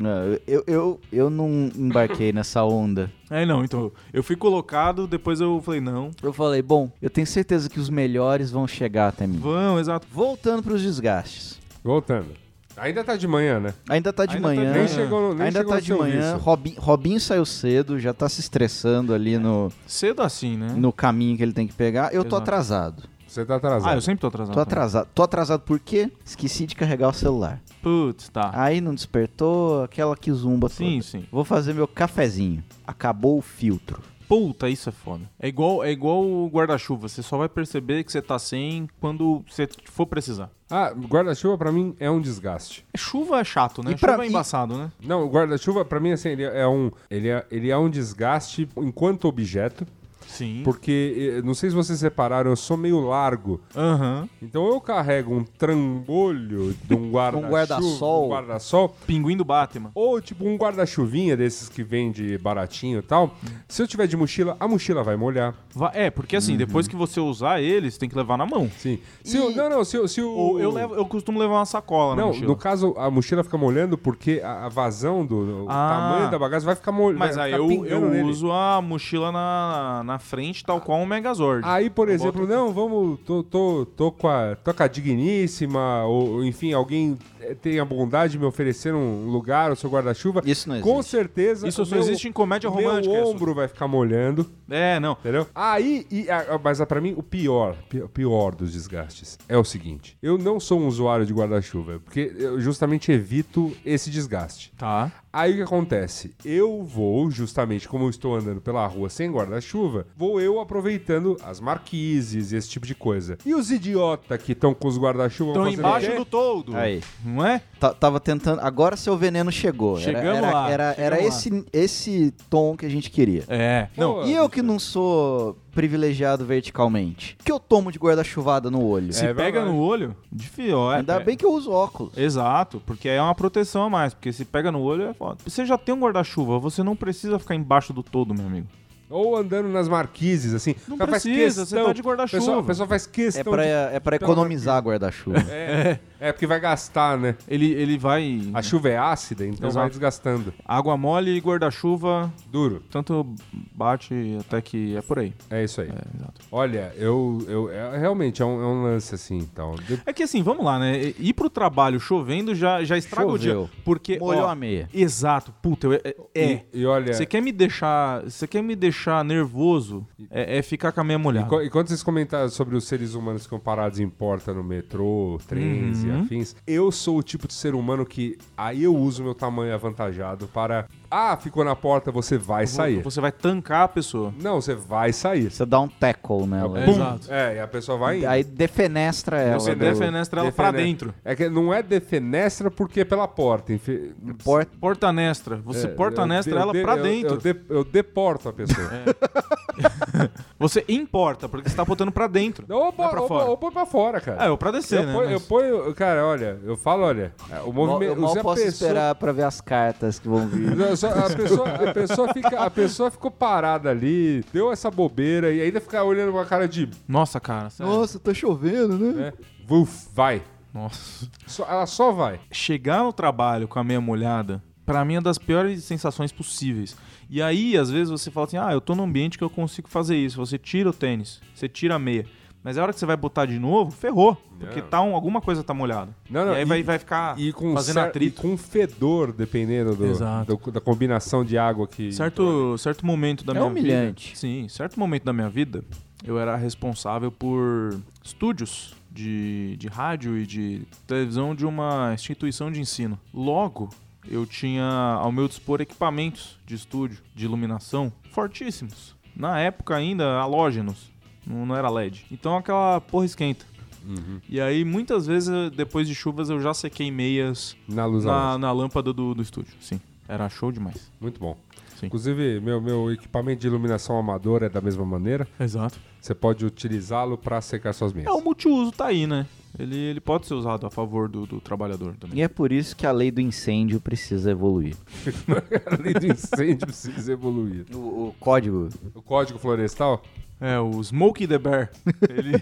[SPEAKER 4] Eu, eu, eu não embarquei nessa onda.
[SPEAKER 5] É, não, então, eu fui colocado, depois eu falei, não,
[SPEAKER 4] Eu falei, bom, eu tenho certeza que os melhores vão chegar até mim.
[SPEAKER 5] vão, exato.
[SPEAKER 4] Voltando pros desgastes.
[SPEAKER 7] Voltando. Ainda tá de manhã, né?
[SPEAKER 4] Ainda tá de
[SPEAKER 5] Ainda tá
[SPEAKER 4] manhã.
[SPEAKER 5] de
[SPEAKER 7] Nem
[SPEAKER 5] manhã.
[SPEAKER 7] chegou no nem
[SPEAKER 4] Ainda
[SPEAKER 7] chegou
[SPEAKER 4] tá
[SPEAKER 7] no
[SPEAKER 4] de
[SPEAKER 7] seu
[SPEAKER 4] manhã.
[SPEAKER 7] vício.
[SPEAKER 4] Robin, Robin saiu cedo, já tá se estressando ali no,
[SPEAKER 5] Cedo assim, né?
[SPEAKER 4] no caminho que ele tem que pegar. Eu tô
[SPEAKER 5] Exato.
[SPEAKER 4] atrasado.
[SPEAKER 7] Você tá atrasado.
[SPEAKER 5] Ah, eu sempre tô atrasado.
[SPEAKER 4] Tô
[SPEAKER 5] também.
[SPEAKER 4] atrasado. Tô atrasado por quê? Esqueci de carregar o celular.
[SPEAKER 5] Putz,
[SPEAKER 7] Ah.
[SPEAKER 5] tá.
[SPEAKER 4] Aí não despertou, aquela que zumba
[SPEAKER 5] Sim,
[SPEAKER 4] toda.
[SPEAKER 5] sim.
[SPEAKER 4] Vou fazer meu cafezinho. Acabou o filtro.
[SPEAKER 5] Puta, isso é foda. É igual, é igual o guarda-chuva, você só vai perceber que você tá sem quando você for precisar.
[SPEAKER 7] Ah, guarda-chuva pra mim é um desgaste.
[SPEAKER 5] É, Chuva é chato, né?
[SPEAKER 4] E pra
[SPEAKER 5] chuva
[SPEAKER 4] mim-
[SPEAKER 5] é embaçado, né?
[SPEAKER 7] Não, o guarda-chuva pra mim assim, ele é um ele é, ele é um desgaste enquanto objeto.
[SPEAKER 5] Sim.
[SPEAKER 7] Porque, eh, não sei se vocês repararam, eu sou meio largo.
[SPEAKER 5] Aham.
[SPEAKER 7] Então eu carrego um trambolho de um guarda-chuva,
[SPEAKER 4] guarda-sol.
[SPEAKER 7] um guarda-sol,
[SPEAKER 5] Pinguim do Batman.
[SPEAKER 7] ou tipo um guarda-chuvinha desses que vende baratinho e tal. Se eu tiver de mochila, a mochila vai molhar.
[SPEAKER 5] Va- É, porque assim, depois que você usar ele, você tem que levar na mão.
[SPEAKER 7] Sim. Se eu- não, não, se, eu- se o.
[SPEAKER 5] Ou eu, levo, eu costumo levar uma sacola na
[SPEAKER 7] Não,
[SPEAKER 5] mochila.
[SPEAKER 7] no caso, a mochila fica molhando porque a, a vazão do o
[SPEAKER 5] Ah.
[SPEAKER 7] tamanho da bagagem vai né, ficar molhando.
[SPEAKER 5] Mas aí eu, eu uso a mochila na, na frente, tal qual um Megazord.
[SPEAKER 7] Aí, por
[SPEAKER 5] Eu
[SPEAKER 7] exemplo,
[SPEAKER 5] boto-
[SPEAKER 7] não, vamos, tô, tô, tô, com a, tô com a digníssima, ou ou, enfim, alguém eh, tem a bondade de me oferecer um lugar, o seu guarda-chuva.
[SPEAKER 4] Isso não
[SPEAKER 7] Com
[SPEAKER 4] existe.
[SPEAKER 7] certeza.
[SPEAKER 5] Isso
[SPEAKER 7] o
[SPEAKER 5] só existe em comédia
[SPEAKER 7] meu
[SPEAKER 5] romântica, isso.
[SPEAKER 7] ombro vai ficar molhando,
[SPEAKER 5] É, não.
[SPEAKER 7] entendeu? Aí, e, a- a- mas ah, pra mim, o pior, pi- o pior dos desgastes é o seguinte: eu não sou um usuário de guarda-chuva, porque eu justamente evito esse desgaste.
[SPEAKER 5] Tá.
[SPEAKER 7] Aí o que acontece? Eu vou, justamente como eu estou andando pela rua sem guarda-chuva, vou eu aproveitando as marquises e esse tipo de coisa. E os idiota que estão com os guarda-chuva
[SPEAKER 5] Estão
[SPEAKER 7] fazendo o
[SPEAKER 5] Então, embaixo
[SPEAKER 7] quê?
[SPEAKER 5] do toldo.
[SPEAKER 4] Aí.
[SPEAKER 5] Não é?
[SPEAKER 4] Ta- Tava tentando. Agora seu veneno chegou. Era-
[SPEAKER 5] Chegamos
[SPEAKER 4] era,
[SPEAKER 5] lá,
[SPEAKER 4] Era, era
[SPEAKER 5] chegamos
[SPEAKER 4] esse, esse tom que a gente queria.
[SPEAKER 5] É.
[SPEAKER 7] Pô,
[SPEAKER 5] Não.
[SPEAKER 4] E eu que não sou privilegiado verticalmente. O que eu tomo de guarda-chuvada no olho?
[SPEAKER 5] Se
[SPEAKER 7] É
[SPEAKER 5] pega
[SPEAKER 7] verdade.
[SPEAKER 5] no olho, difícil. ó, é-
[SPEAKER 4] Ainda
[SPEAKER 5] é-
[SPEAKER 4] bem que eu uso óculos.
[SPEAKER 5] Exato, porque é uma proteção a mais, porque se pega no olho é foda. Você já tem um guarda-chuva, você não precisa ficar embaixo do todo, meu amigo.
[SPEAKER 7] Ou andando nas marquises, assim.
[SPEAKER 5] Não
[SPEAKER 7] O cara faz
[SPEAKER 5] precisa, você
[SPEAKER 7] questão-
[SPEAKER 5] tá de guarda-chuva.
[SPEAKER 7] O pessoal- O pessoal faz questão.
[SPEAKER 4] É pra,
[SPEAKER 7] de-
[SPEAKER 4] é pra economizar guarda-chuva.
[SPEAKER 7] É, é porque vai gastar, né?
[SPEAKER 5] Ele, ele vai.
[SPEAKER 7] A chuva é ácida, então vai
[SPEAKER 5] Uhum. Exato.
[SPEAKER 7] desgastando.
[SPEAKER 5] Água mole e guarda-chuva,
[SPEAKER 7] Duro.
[SPEAKER 5] tanto bate até que é por aí.
[SPEAKER 7] É isso aí.
[SPEAKER 5] É, exato.
[SPEAKER 7] Olha, eu, eu é- realmente é um, é um lance assim, então. De-
[SPEAKER 5] É que assim, vamos lá, né? E- Ir pro trabalho chovendo já, já estraga o
[SPEAKER 4] Choveu.
[SPEAKER 5] dia. Porque.
[SPEAKER 4] Molhou
[SPEAKER 5] ó,
[SPEAKER 4] a meia.
[SPEAKER 5] Exato, puta, eu- é. é.
[SPEAKER 7] E, e olha,
[SPEAKER 5] Você quer me deixar. Você quer me deixar nervoso? É, é ficar com a meia molhada.
[SPEAKER 7] Co- E quando vocês comentaram sobre os seres humanos que ficam parados em porta no metrô, trens
[SPEAKER 5] Uhum.
[SPEAKER 7] e afins, eu sou o tipo de ser humano que aí eu uso meu tamanho avantajado para. Ah, ficou na porta, você vai sair.
[SPEAKER 5] Você vai tancar a pessoa.
[SPEAKER 7] Não, você vai sair.
[SPEAKER 4] Você dá um tackle nela.
[SPEAKER 5] É, exato.
[SPEAKER 7] É, e a pessoa vai indo.
[SPEAKER 4] Aí defenestra ela.
[SPEAKER 5] Você
[SPEAKER 4] do-
[SPEAKER 5] defenestra ela pra
[SPEAKER 7] Defene-
[SPEAKER 5] dentro.
[SPEAKER 7] É que não é defenestra porque é pela porta. Enfi...
[SPEAKER 4] Porta-
[SPEAKER 5] Porta nestra. Você
[SPEAKER 7] É,
[SPEAKER 5] porta
[SPEAKER 7] eu
[SPEAKER 5] nestra
[SPEAKER 7] de-
[SPEAKER 5] ela
[SPEAKER 7] eu
[SPEAKER 5] pra
[SPEAKER 7] de- eu-
[SPEAKER 5] dentro. É.
[SPEAKER 7] Eu, de- eu deporto a pessoa.
[SPEAKER 5] Você importa, porque você tá botando pra dentro.
[SPEAKER 7] Ou,
[SPEAKER 5] Não é
[SPEAKER 7] põe-
[SPEAKER 5] pra
[SPEAKER 7] ou-
[SPEAKER 5] fora.
[SPEAKER 7] ou põe pra fora, cara.
[SPEAKER 5] É, ou pra descer,
[SPEAKER 7] eu
[SPEAKER 5] né?
[SPEAKER 7] Ponho,
[SPEAKER 5] Mas-
[SPEAKER 7] Eu ponho, cara, olha, eu falo, olha, é, o
[SPEAKER 4] Mal-
[SPEAKER 7] movimento.
[SPEAKER 4] Eu mal
[SPEAKER 5] é
[SPEAKER 7] se a
[SPEAKER 4] posso
[SPEAKER 7] pessoa-
[SPEAKER 4] esperar pra ver as cartas que vão vir.
[SPEAKER 7] Não, só- a, pessoa, a, pessoa fica, a pessoa ficou parada ali, deu essa bobeira e ainda fica olhando com a cara de.
[SPEAKER 5] Nossa, cara. sério.
[SPEAKER 4] Nossa, tá chovendo, né?
[SPEAKER 7] Né, "Vuf, vai.
[SPEAKER 5] Nossa.
[SPEAKER 7] Só- ela só vai.
[SPEAKER 5] Chegar no trabalho com a meia molhada, pra mim é das piores sensações possíveis. E aí, às vezes, você fala assim: ah, eu tô num ambiente que eu consigo fazer isso. Você tira o tênis, você tira a meia. Mas a hora que você vai botar de novo, ferrou. Porque tá um- alguma coisa tá molhada.
[SPEAKER 7] Não, não,
[SPEAKER 5] e aí
[SPEAKER 7] e-
[SPEAKER 5] vai, vai ficar
[SPEAKER 7] E com,
[SPEAKER 5] Ah, fazendo
[SPEAKER 7] cer-
[SPEAKER 5] atrito.
[SPEAKER 7] e com fedor, dependendo do,
[SPEAKER 5] Exato.
[SPEAKER 7] do- da combinação de água que.
[SPEAKER 5] Certo, certo momento da
[SPEAKER 4] É
[SPEAKER 5] minha
[SPEAKER 4] humilhante.
[SPEAKER 5] vida. Sim, certo momento da minha vida, eu era responsável por estúdios de, de rádio e de televisão de uma instituição de ensino. Logo, eu tinha ao meu dispor equipamentos de estúdio, de iluminação, fortíssimos. Na época ainda, halógenos. Não, não era LED. Então aquela porra esquenta. E aí, muitas vezes, eu- depois de chuvas, eu já sequei meias
[SPEAKER 7] Na luz da
[SPEAKER 5] na,
[SPEAKER 7] luz.
[SPEAKER 5] na lâmpada do, do estúdio. Sim. Era show demais.
[SPEAKER 7] Muito bom.
[SPEAKER 5] Sim.
[SPEAKER 7] Inclusive, meu, meu equipamento de iluminação amador é da mesma maneira.
[SPEAKER 5] Exato.
[SPEAKER 7] Você pode utilizá-lo para secar suas meias.
[SPEAKER 5] É, o multiuso tá aí, né? Ele, ele pode ser usado a favor do, do trabalhador também.
[SPEAKER 4] E é por isso que a lei do incêndio precisa evoluir.
[SPEAKER 7] Além do incêndio, precisa evoluir.
[SPEAKER 4] O, o código.
[SPEAKER 7] O código florestal?
[SPEAKER 5] É, o Smokey the Bear. Ele...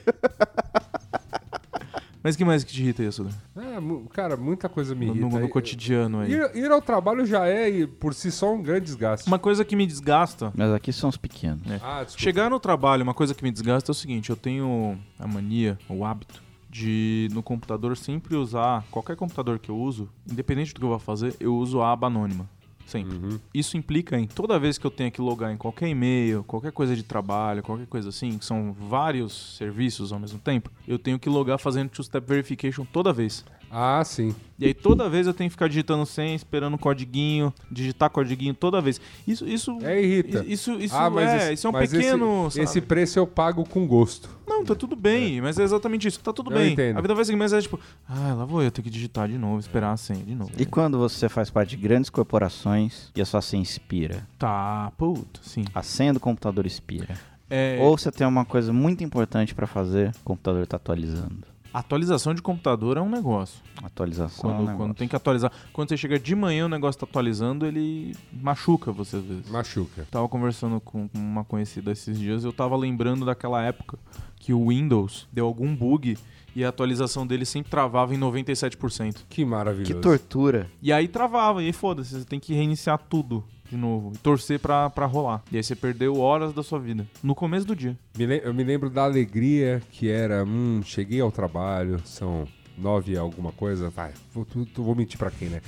[SPEAKER 5] Mas que mais que te irrita isso, né?
[SPEAKER 7] É, mu- cara, muita coisa me
[SPEAKER 5] No,
[SPEAKER 7] irrita.
[SPEAKER 5] no- no
[SPEAKER 7] E-
[SPEAKER 5] cotidiano aí.
[SPEAKER 7] Ir, ir ao trabalho já é, e por si só, um grande desgaste.
[SPEAKER 5] Uma coisa que me desgasta.
[SPEAKER 4] Mas aqui são os pequenos.
[SPEAKER 7] Ah, desculpa.
[SPEAKER 5] Chegar no trabalho, uma coisa que me desgasta é o seguinte: eu tenho a mania, o hábito, de no computador sempre usar, qualquer computador que eu uso, independente do que eu vá fazer, eu uso a aba anônima. Sempre. Isso implica em toda vez que eu tenho que logar em qualquer e-mail, qualquer coisa de trabalho, qualquer coisa assim, que são vários serviços ao mesmo tempo, eu tenho que logar fazendo two-step verification toda vez.
[SPEAKER 7] Ah, sim.
[SPEAKER 5] E aí toda vez eu tenho que ficar digitando senha, esperando codiguinho, digitar codiguinho toda vez. Isso, isso
[SPEAKER 7] É irrita.
[SPEAKER 5] Isso, isso
[SPEAKER 7] ah,
[SPEAKER 5] é,
[SPEAKER 7] esse-
[SPEAKER 5] isso é um
[SPEAKER 7] mas
[SPEAKER 5] pequeno.
[SPEAKER 7] Esse,
[SPEAKER 5] sabe?
[SPEAKER 7] esse preço eu pago com gosto.
[SPEAKER 5] Não, tá tudo bem, mas é exatamente isso. Tá tudo
[SPEAKER 7] Eu
[SPEAKER 5] bem.
[SPEAKER 7] entendo.
[SPEAKER 5] A vida vai seguir, mas é tipo, ah, lá vou eu ter que digitar de novo, esperar a senha de novo. É.
[SPEAKER 4] E quando você faz parte de grandes corporações e a sua senha expira?
[SPEAKER 5] Tá, puto, sim.
[SPEAKER 4] A senha do computador expira.
[SPEAKER 5] É,
[SPEAKER 4] Ou você tem uma coisa muito importante pra fazer, o computador tá atualizando.
[SPEAKER 5] Atualização de computador é um negócio.
[SPEAKER 4] Atualização é um
[SPEAKER 5] Quando,
[SPEAKER 4] negócio.
[SPEAKER 5] quando tem que atualizar. Quando você chega de manhã o negócio tá atualizando, ele machuca você às vezes.
[SPEAKER 7] Machuca.
[SPEAKER 5] Tava conversando com com uma conhecida esses dias, eu tava lembrando daquela época que o Windows deu algum bug e a atualização dele sempre travava em 97%.
[SPEAKER 7] Que maravilhoso.
[SPEAKER 4] Que tortura.
[SPEAKER 5] E aí travava, e aí foda-se, você tem que reiniciar tudo de novo e torcer pra, pra rolar. E aí você perdeu horas da sua vida, no começo do dia.
[SPEAKER 7] Me lem- eu me lembro da alegria que era, hum, cheguei ao trabalho, são nove e alguma coisa, vai, vou, tu- tu- vou mentir pra quem, né?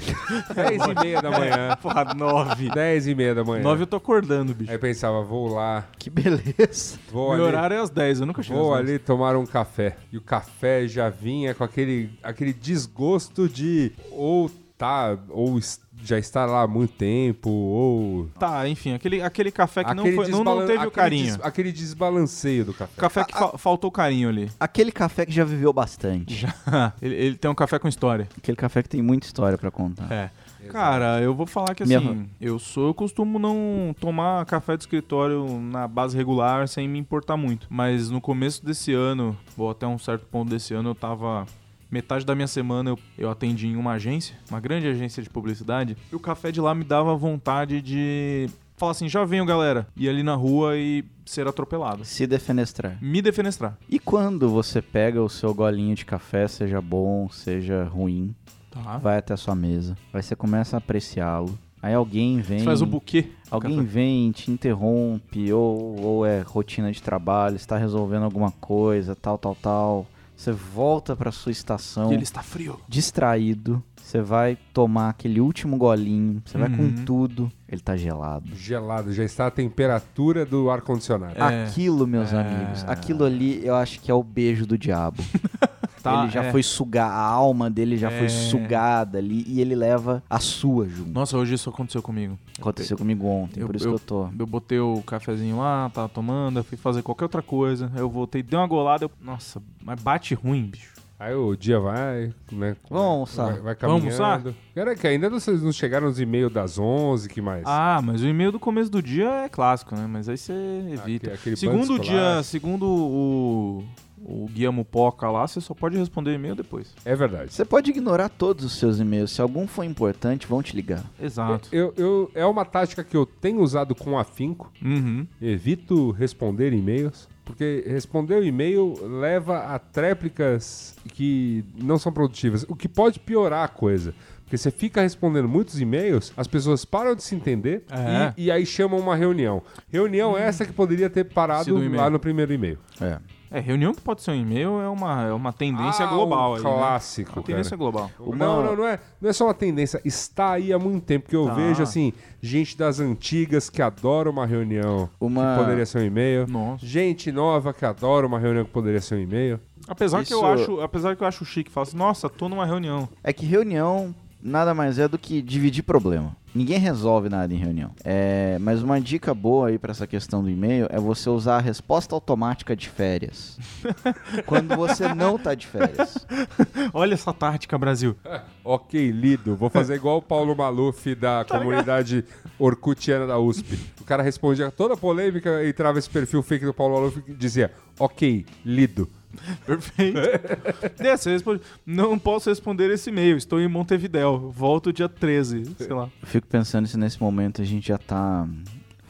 [SPEAKER 7] Dez e meia da manhã,
[SPEAKER 5] Porra, 9.
[SPEAKER 7] dez e meia da manhã.
[SPEAKER 5] 9 eu tô acordando, bicho.
[SPEAKER 7] Aí eu pensava, vou lá,
[SPEAKER 4] Que beleza.
[SPEAKER 7] vou
[SPEAKER 5] Meu
[SPEAKER 7] É ali,
[SPEAKER 5] horário é às 10, eu nunca chego.
[SPEAKER 7] vou
[SPEAKER 5] às 10.
[SPEAKER 7] ali tomar um café. E o café já vinha com aquele, aquele desgosto de ou tá, ou es- já está lá há muito tempo, ou...
[SPEAKER 5] Tá, enfim, aquele, aquele café É que não, foi, não, não
[SPEAKER 7] desbalan-
[SPEAKER 5] teve
[SPEAKER 7] aquele
[SPEAKER 5] o carinho.
[SPEAKER 7] des- aquele desbalanceio do café.
[SPEAKER 5] Café que fa- faltou carinho ali.
[SPEAKER 4] Aquele café que já viveu bastante.
[SPEAKER 5] Já. Ele, ele tem um café com história.
[SPEAKER 4] Aquele café que tem muita história pra contar.
[SPEAKER 5] É. Cara, eu vou falar que assim,
[SPEAKER 4] Minha
[SPEAKER 5] eu sou, eu costumo não tomar café de escritório na base regular sem me importar muito. Mas no começo desse ano, ou até um certo ponto desse ano, eu tava. Metade da minha semana eu, eu atendi em uma agência, uma grande agência de publicidade, e o café de lá me dava vontade de falar assim: já venho, galera, ir ali na rua e ser atropelado.
[SPEAKER 4] Se defenestrar.
[SPEAKER 5] Me defenestrar.
[SPEAKER 4] E quando você pega o seu golinho de café, seja bom, seja ruim,
[SPEAKER 5] Tá.
[SPEAKER 4] vai até a sua mesa, aí você começa a apreciá-lo. Aí alguém vem.
[SPEAKER 5] Você faz o buquê.
[SPEAKER 4] Alguém vem, te interrompe, ou, ou é rotina de trabalho, está resolvendo alguma coisa, tal, tal, tal. Você volta para sua estação,
[SPEAKER 5] E ele está frio.
[SPEAKER 4] distraído. Você vai tomar aquele último golinho, você vai
[SPEAKER 5] Uhum.
[SPEAKER 4] com tudo. Ele tá gelado.
[SPEAKER 7] Gelado, já está a temperatura do
[SPEAKER 5] É.
[SPEAKER 7] ar-condicionado.
[SPEAKER 4] Aquilo, meus amigos, aquilo ali eu acho que é o beijo do diabo.
[SPEAKER 5] Tá,
[SPEAKER 4] ele já
[SPEAKER 5] é.
[SPEAKER 4] foi sugar, a alma dele já
[SPEAKER 5] É.
[SPEAKER 4] foi sugada ali e ele leva a sua junto.
[SPEAKER 5] Nossa, hoje isso aconteceu comigo.
[SPEAKER 4] Aconteceu comigo ontem, por isso que eu tô.
[SPEAKER 5] Eu botei o cafezinho lá, tava tomando, eu fui fazer qualquer outra coisa. Aí eu voltei, dei uma golada. Eu... Nossa, mas bate ruim, bicho.
[SPEAKER 7] Aí o dia vai, né?
[SPEAKER 4] Vamos almoçar.
[SPEAKER 7] Vai, vai
[SPEAKER 5] Vamos
[SPEAKER 7] caminhando. Cara, que ainda vocês não chegaram nos e-mails das 11, que mais?
[SPEAKER 5] Ah, mas o e-mail do começo do dia é clássico, né? Mas aí você evita.
[SPEAKER 7] Aque- aquele
[SPEAKER 5] segundo
[SPEAKER 7] bando
[SPEAKER 5] dia,
[SPEAKER 7] escolar.
[SPEAKER 5] segundo o, o guia Mupoca lá, você só pode responder e-mail depois.
[SPEAKER 7] É verdade.
[SPEAKER 4] Você pode ignorar todos os seus e-mails. Se algum for importante, vão te ligar.
[SPEAKER 5] Exato.
[SPEAKER 7] Eu, eu, é uma tática que eu tenho usado com afinco.
[SPEAKER 5] Uhum.
[SPEAKER 7] Evito responder e-mails. Porque responder o e-mail leva a tréplicas que não são produtivas. O que pode piorar a coisa. Porque você fica respondendo muitos e-mails, as pessoas param de se entender
[SPEAKER 5] É.
[SPEAKER 7] e, e aí chamam uma reunião. Reunião é essa que poderia ter parado
[SPEAKER 5] Sido um e-mail.
[SPEAKER 7] lá no primeiro e-mail.
[SPEAKER 4] É.
[SPEAKER 5] É, reunião que pode ser um e-mail é uma, é uma tendência
[SPEAKER 7] Ah,
[SPEAKER 5] global
[SPEAKER 7] um
[SPEAKER 5] aí. né?
[SPEAKER 7] clássico,
[SPEAKER 5] Uma tendência
[SPEAKER 7] cara.
[SPEAKER 5] global.
[SPEAKER 7] Não, não, não é, não é só uma tendência. Está aí há muito tempo que eu
[SPEAKER 5] Tá.
[SPEAKER 7] vejo, assim, gente das antigas que adora uma reunião
[SPEAKER 4] Uma-
[SPEAKER 7] que poderia ser um e-mail.
[SPEAKER 5] Nossa.
[SPEAKER 7] Gente nova que adora uma reunião que poderia ser um e-mail.
[SPEAKER 5] Apesar que eu
[SPEAKER 4] Isso-
[SPEAKER 5] acho, apesar que eu acho chique, falo assim, nossa, tô numa reunião.
[SPEAKER 4] É que reunião nada mais é do que dividir problema. Ninguém resolve nada em reunião. É, mas uma dica boa aí pra essa questão do e-mail é você usar a resposta automática de férias. quando você não tá de férias.
[SPEAKER 5] Olha essa tática, Brasil.
[SPEAKER 7] Ok, lido. Vou fazer igual o Paulo Maluf da
[SPEAKER 5] Tá
[SPEAKER 7] comunidade orcutiana da USP. O cara respondia toda a polêmica, entrava esse perfil fake do Paulo Maluf e dizia, ok, lido.
[SPEAKER 5] Perfeito. Dessa, responde, não posso responder esse e-mail, estou em Montevidéu, volto dia 13, sei lá.
[SPEAKER 4] Eu fico pensando se nesse momento a gente já tá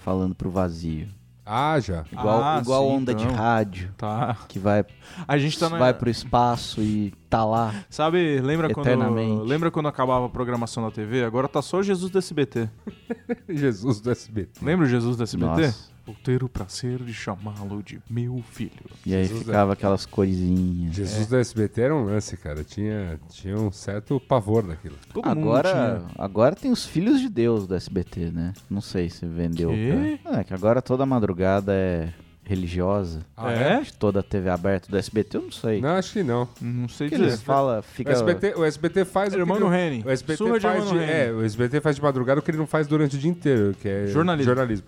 [SPEAKER 4] falando pro vazio.
[SPEAKER 7] Ah, já.
[SPEAKER 4] Igual,
[SPEAKER 5] Ah,
[SPEAKER 4] igual
[SPEAKER 5] sim,
[SPEAKER 4] onda de
[SPEAKER 5] então.
[SPEAKER 4] rádio.
[SPEAKER 5] Tá.
[SPEAKER 4] Que vai,
[SPEAKER 5] A gente tá na...
[SPEAKER 4] vai pro espaço e tá lá.
[SPEAKER 5] Sabe, lembra quando,
[SPEAKER 4] Eternamente.
[SPEAKER 5] lembra quando acabava a programação da TV? Agora tá só Jesus do SBT.
[SPEAKER 7] Jesus do SBT.
[SPEAKER 5] Lembra o Jesus do SBT?
[SPEAKER 4] Nossa.
[SPEAKER 5] Voltei o prazer de chamá-lo de meu filho.
[SPEAKER 4] E aí
[SPEAKER 7] Jesus,
[SPEAKER 5] é.
[SPEAKER 4] ficava aquelas coisinhas.
[SPEAKER 7] Jesus do SBT era um lance, cara. Tinha, tinha um certo pavor daquilo.
[SPEAKER 5] Todo
[SPEAKER 4] Agora,
[SPEAKER 5] mundo
[SPEAKER 4] agora tem os filhos de Deus do SBT, né? Não sei se vendeu.
[SPEAKER 5] Quê?
[SPEAKER 4] pra- É que agora toda madrugada é religiosa.
[SPEAKER 5] tinha... é?
[SPEAKER 4] De Toda a TV aberta do SBT, eu não sei.
[SPEAKER 7] Não, acho que não.
[SPEAKER 5] Não sei
[SPEAKER 4] que
[SPEAKER 5] dizer.
[SPEAKER 4] eles falam,
[SPEAKER 7] O
[SPEAKER 4] fica...
[SPEAKER 5] é
[SPEAKER 7] SBT, o SBT faz
[SPEAKER 5] Irmão
[SPEAKER 7] o que
[SPEAKER 5] do
[SPEAKER 7] ele-
[SPEAKER 5] Reni.
[SPEAKER 7] O SBT
[SPEAKER 5] Surra de
[SPEAKER 7] faz
[SPEAKER 5] irmão
[SPEAKER 7] de,
[SPEAKER 5] do Reni.
[SPEAKER 7] é, o SBT faz de madrugada o que ele não faz durante o dia inteiro, que é
[SPEAKER 5] Jornalismo.
[SPEAKER 7] jornalismo.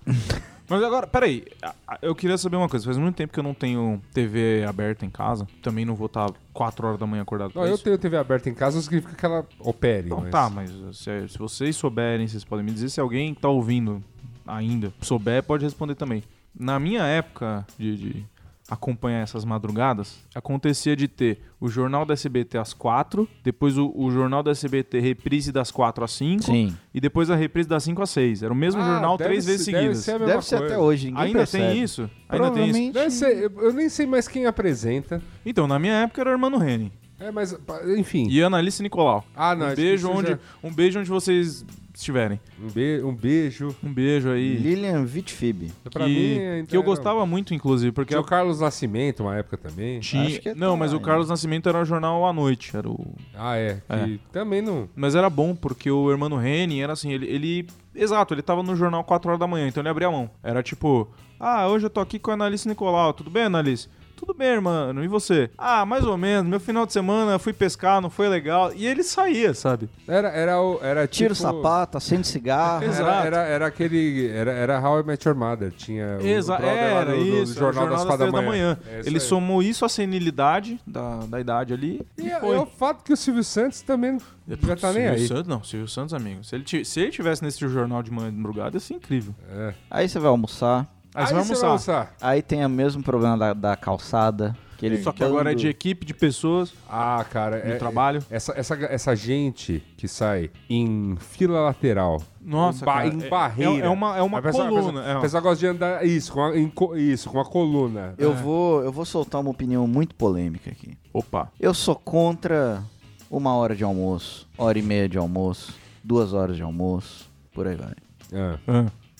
[SPEAKER 5] Mas agora, peraí, a- a- eu queria saber uma coisa. Faz muito tempo que eu não tenho TV aberta em casa. Também não vou estar 4 horas da manhã acordado
[SPEAKER 7] Não,
[SPEAKER 5] pra
[SPEAKER 7] eu
[SPEAKER 5] isso.
[SPEAKER 7] tenho TV aberta em casa, não significa que ela opere.
[SPEAKER 5] Não,
[SPEAKER 7] mas-
[SPEAKER 5] tá, mas se, se vocês souberem, vocês podem me dizer. Se alguém tá ouvindo ainda souber, pode responder também. Na minha época de, de acompanhar essas madrugadas, acontecia de ter o Jornal da SBT às quatro, depois o, o Jornal da SBT reprise das quatro às cinco,
[SPEAKER 4] Sim.
[SPEAKER 5] e depois a reprise das cinco às seis. Era o mesmo
[SPEAKER 7] Ah,
[SPEAKER 5] jornal
[SPEAKER 7] deve
[SPEAKER 5] três
[SPEAKER 7] ser-
[SPEAKER 5] vezes
[SPEAKER 7] deve
[SPEAKER 5] seguidas.
[SPEAKER 7] ser a mesma
[SPEAKER 4] Deve ser
[SPEAKER 7] coisa.
[SPEAKER 4] até hoje, ninguém
[SPEAKER 5] Ainda
[SPEAKER 4] percebe.
[SPEAKER 5] tem isso? Ainda tem isso?
[SPEAKER 4] Provavelmente.
[SPEAKER 7] Deve ser- eu, eu nem sei mais quem apresenta.
[SPEAKER 5] Então, na minha época era o Hermano Reni.
[SPEAKER 7] É, mas, pa- enfim.
[SPEAKER 5] E Analice Nicolau.
[SPEAKER 7] Ah, não,
[SPEAKER 5] um
[SPEAKER 7] isso-
[SPEAKER 5] beijo
[SPEAKER 7] isso
[SPEAKER 5] onde
[SPEAKER 7] já-
[SPEAKER 5] Um beijo onde vocês estiverem.
[SPEAKER 7] Um, be- um beijo.
[SPEAKER 5] Um beijo aí.
[SPEAKER 4] Lilian Vitfib.
[SPEAKER 7] Pra
[SPEAKER 5] que,
[SPEAKER 7] mim, então,
[SPEAKER 5] que eu
[SPEAKER 7] era-
[SPEAKER 5] gostava muito, inclusive, porque
[SPEAKER 7] Tinha o Carlos Nascimento, uma época também.
[SPEAKER 5] tinha.
[SPEAKER 4] Acho que é
[SPEAKER 5] não, mas o
[SPEAKER 4] Tavares.
[SPEAKER 5] Carlos Nascimento era o jornal à noite. Era o...
[SPEAKER 7] Ah, é. Que também não.
[SPEAKER 5] Mas era bom, porque o Hermano Reni era assim, ele, ele- Exato, ele tava no jornal 4 horas da manhã, então ele abria a mão. Era tipo, ah, hoje eu tô aqui com a Analice Nicolau, tudo bem, Analice? Tudo bem, irmão. E você? Ah, mais ou menos. Meu final de semana eu fui pescar, não foi legal. E ele saía, sabe?
[SPEAKER 7] Era, era, o- era
[SPEAKER 4] Tira o
[SPEAKER 7] tipo-
[SPEAKER 4] sapato, acende cigarro.
[SPEAKER 7] Era,
[SPEAKER 5] Exato.
[SPEAKER 7] era, era aquele. Era, era How I Met Your Mother. Tinha É o, o
[SPEAKER 5] Exato,
[SPEAKER 7] brother lá
[SPEAKER 5] é, era
[SPEAKER 7] do- do- do
[SPEAKER 5] isso, era o
[SPEAKER 7] jornal, das quatro da
[SPEAKER 5] três
[SPEAKER 7] manhã. É isso
[SPEAKER 5] Ele
[SPEAKER 7] aí.
[SPEAKER 5] somou isso à senilidade da, da idade ali e,
[SPEAKER 7] E é,
[SPEAKER 5] foi. É,
[SPEAKER 7] é o fato que o Silvio Santos também já tá nem
[SPEAKER 5] Silvio
[SPEAKER 7] aí.
[SPEAKER 5] Santos, não, Silvio Santos, amigo. Se ele, ti- se ele tivesse nesse jornal de manhã de madrugada, ia ser incrível.
[SPEAKER 7] É.
[SPEAKER 5] Ah,
[SPEAKER 4] Aí você vai almoçar.
[SPEAKER 5] Aí você vai almoçar.
[SPEAKER 4] Aí tem o mesmo problema da, da calçada. Que ele
[SPEAKER 5] Só que agora é de equipe, de pessoas,
[SPEAKER 7] Ah, cara.
[SPEAKER 5] de
[SPEAKER 7] É,
[SPEAKER 5] trabalho.
[SPEAKER 7] Essa, essa, essa gente que sai em fila lateral,
[SPEAKER 5] Nossa,
[SPEAKER 7] em, ba-
[SPEAKER 5] cara,
[SPEAKER 7] em
[SPEAKER 5] é-
[SPEAKER 7] barreira.
[SPEAKER 5] é- é uma- é uma
[SPEAKER 7] A pessoa- a pessoa-
[SPEAKER 5] coluna, é.
[SPEAKER 7] A pessoa gosta de andar isso, com a, em co- isso, com a coluna.
[SPEAKER 5] É.
[SPEAKER 4] Eu vou, eu vou soltar uma opinião muito polêmica aqui.
[SPEAKER 5] Opa.
[SPEAKER 4] Eu sou contra uma hora de almoço, hora e meia de almoço, duas horas de almoço, por aí vai.
[SPEAKER 7] Ah,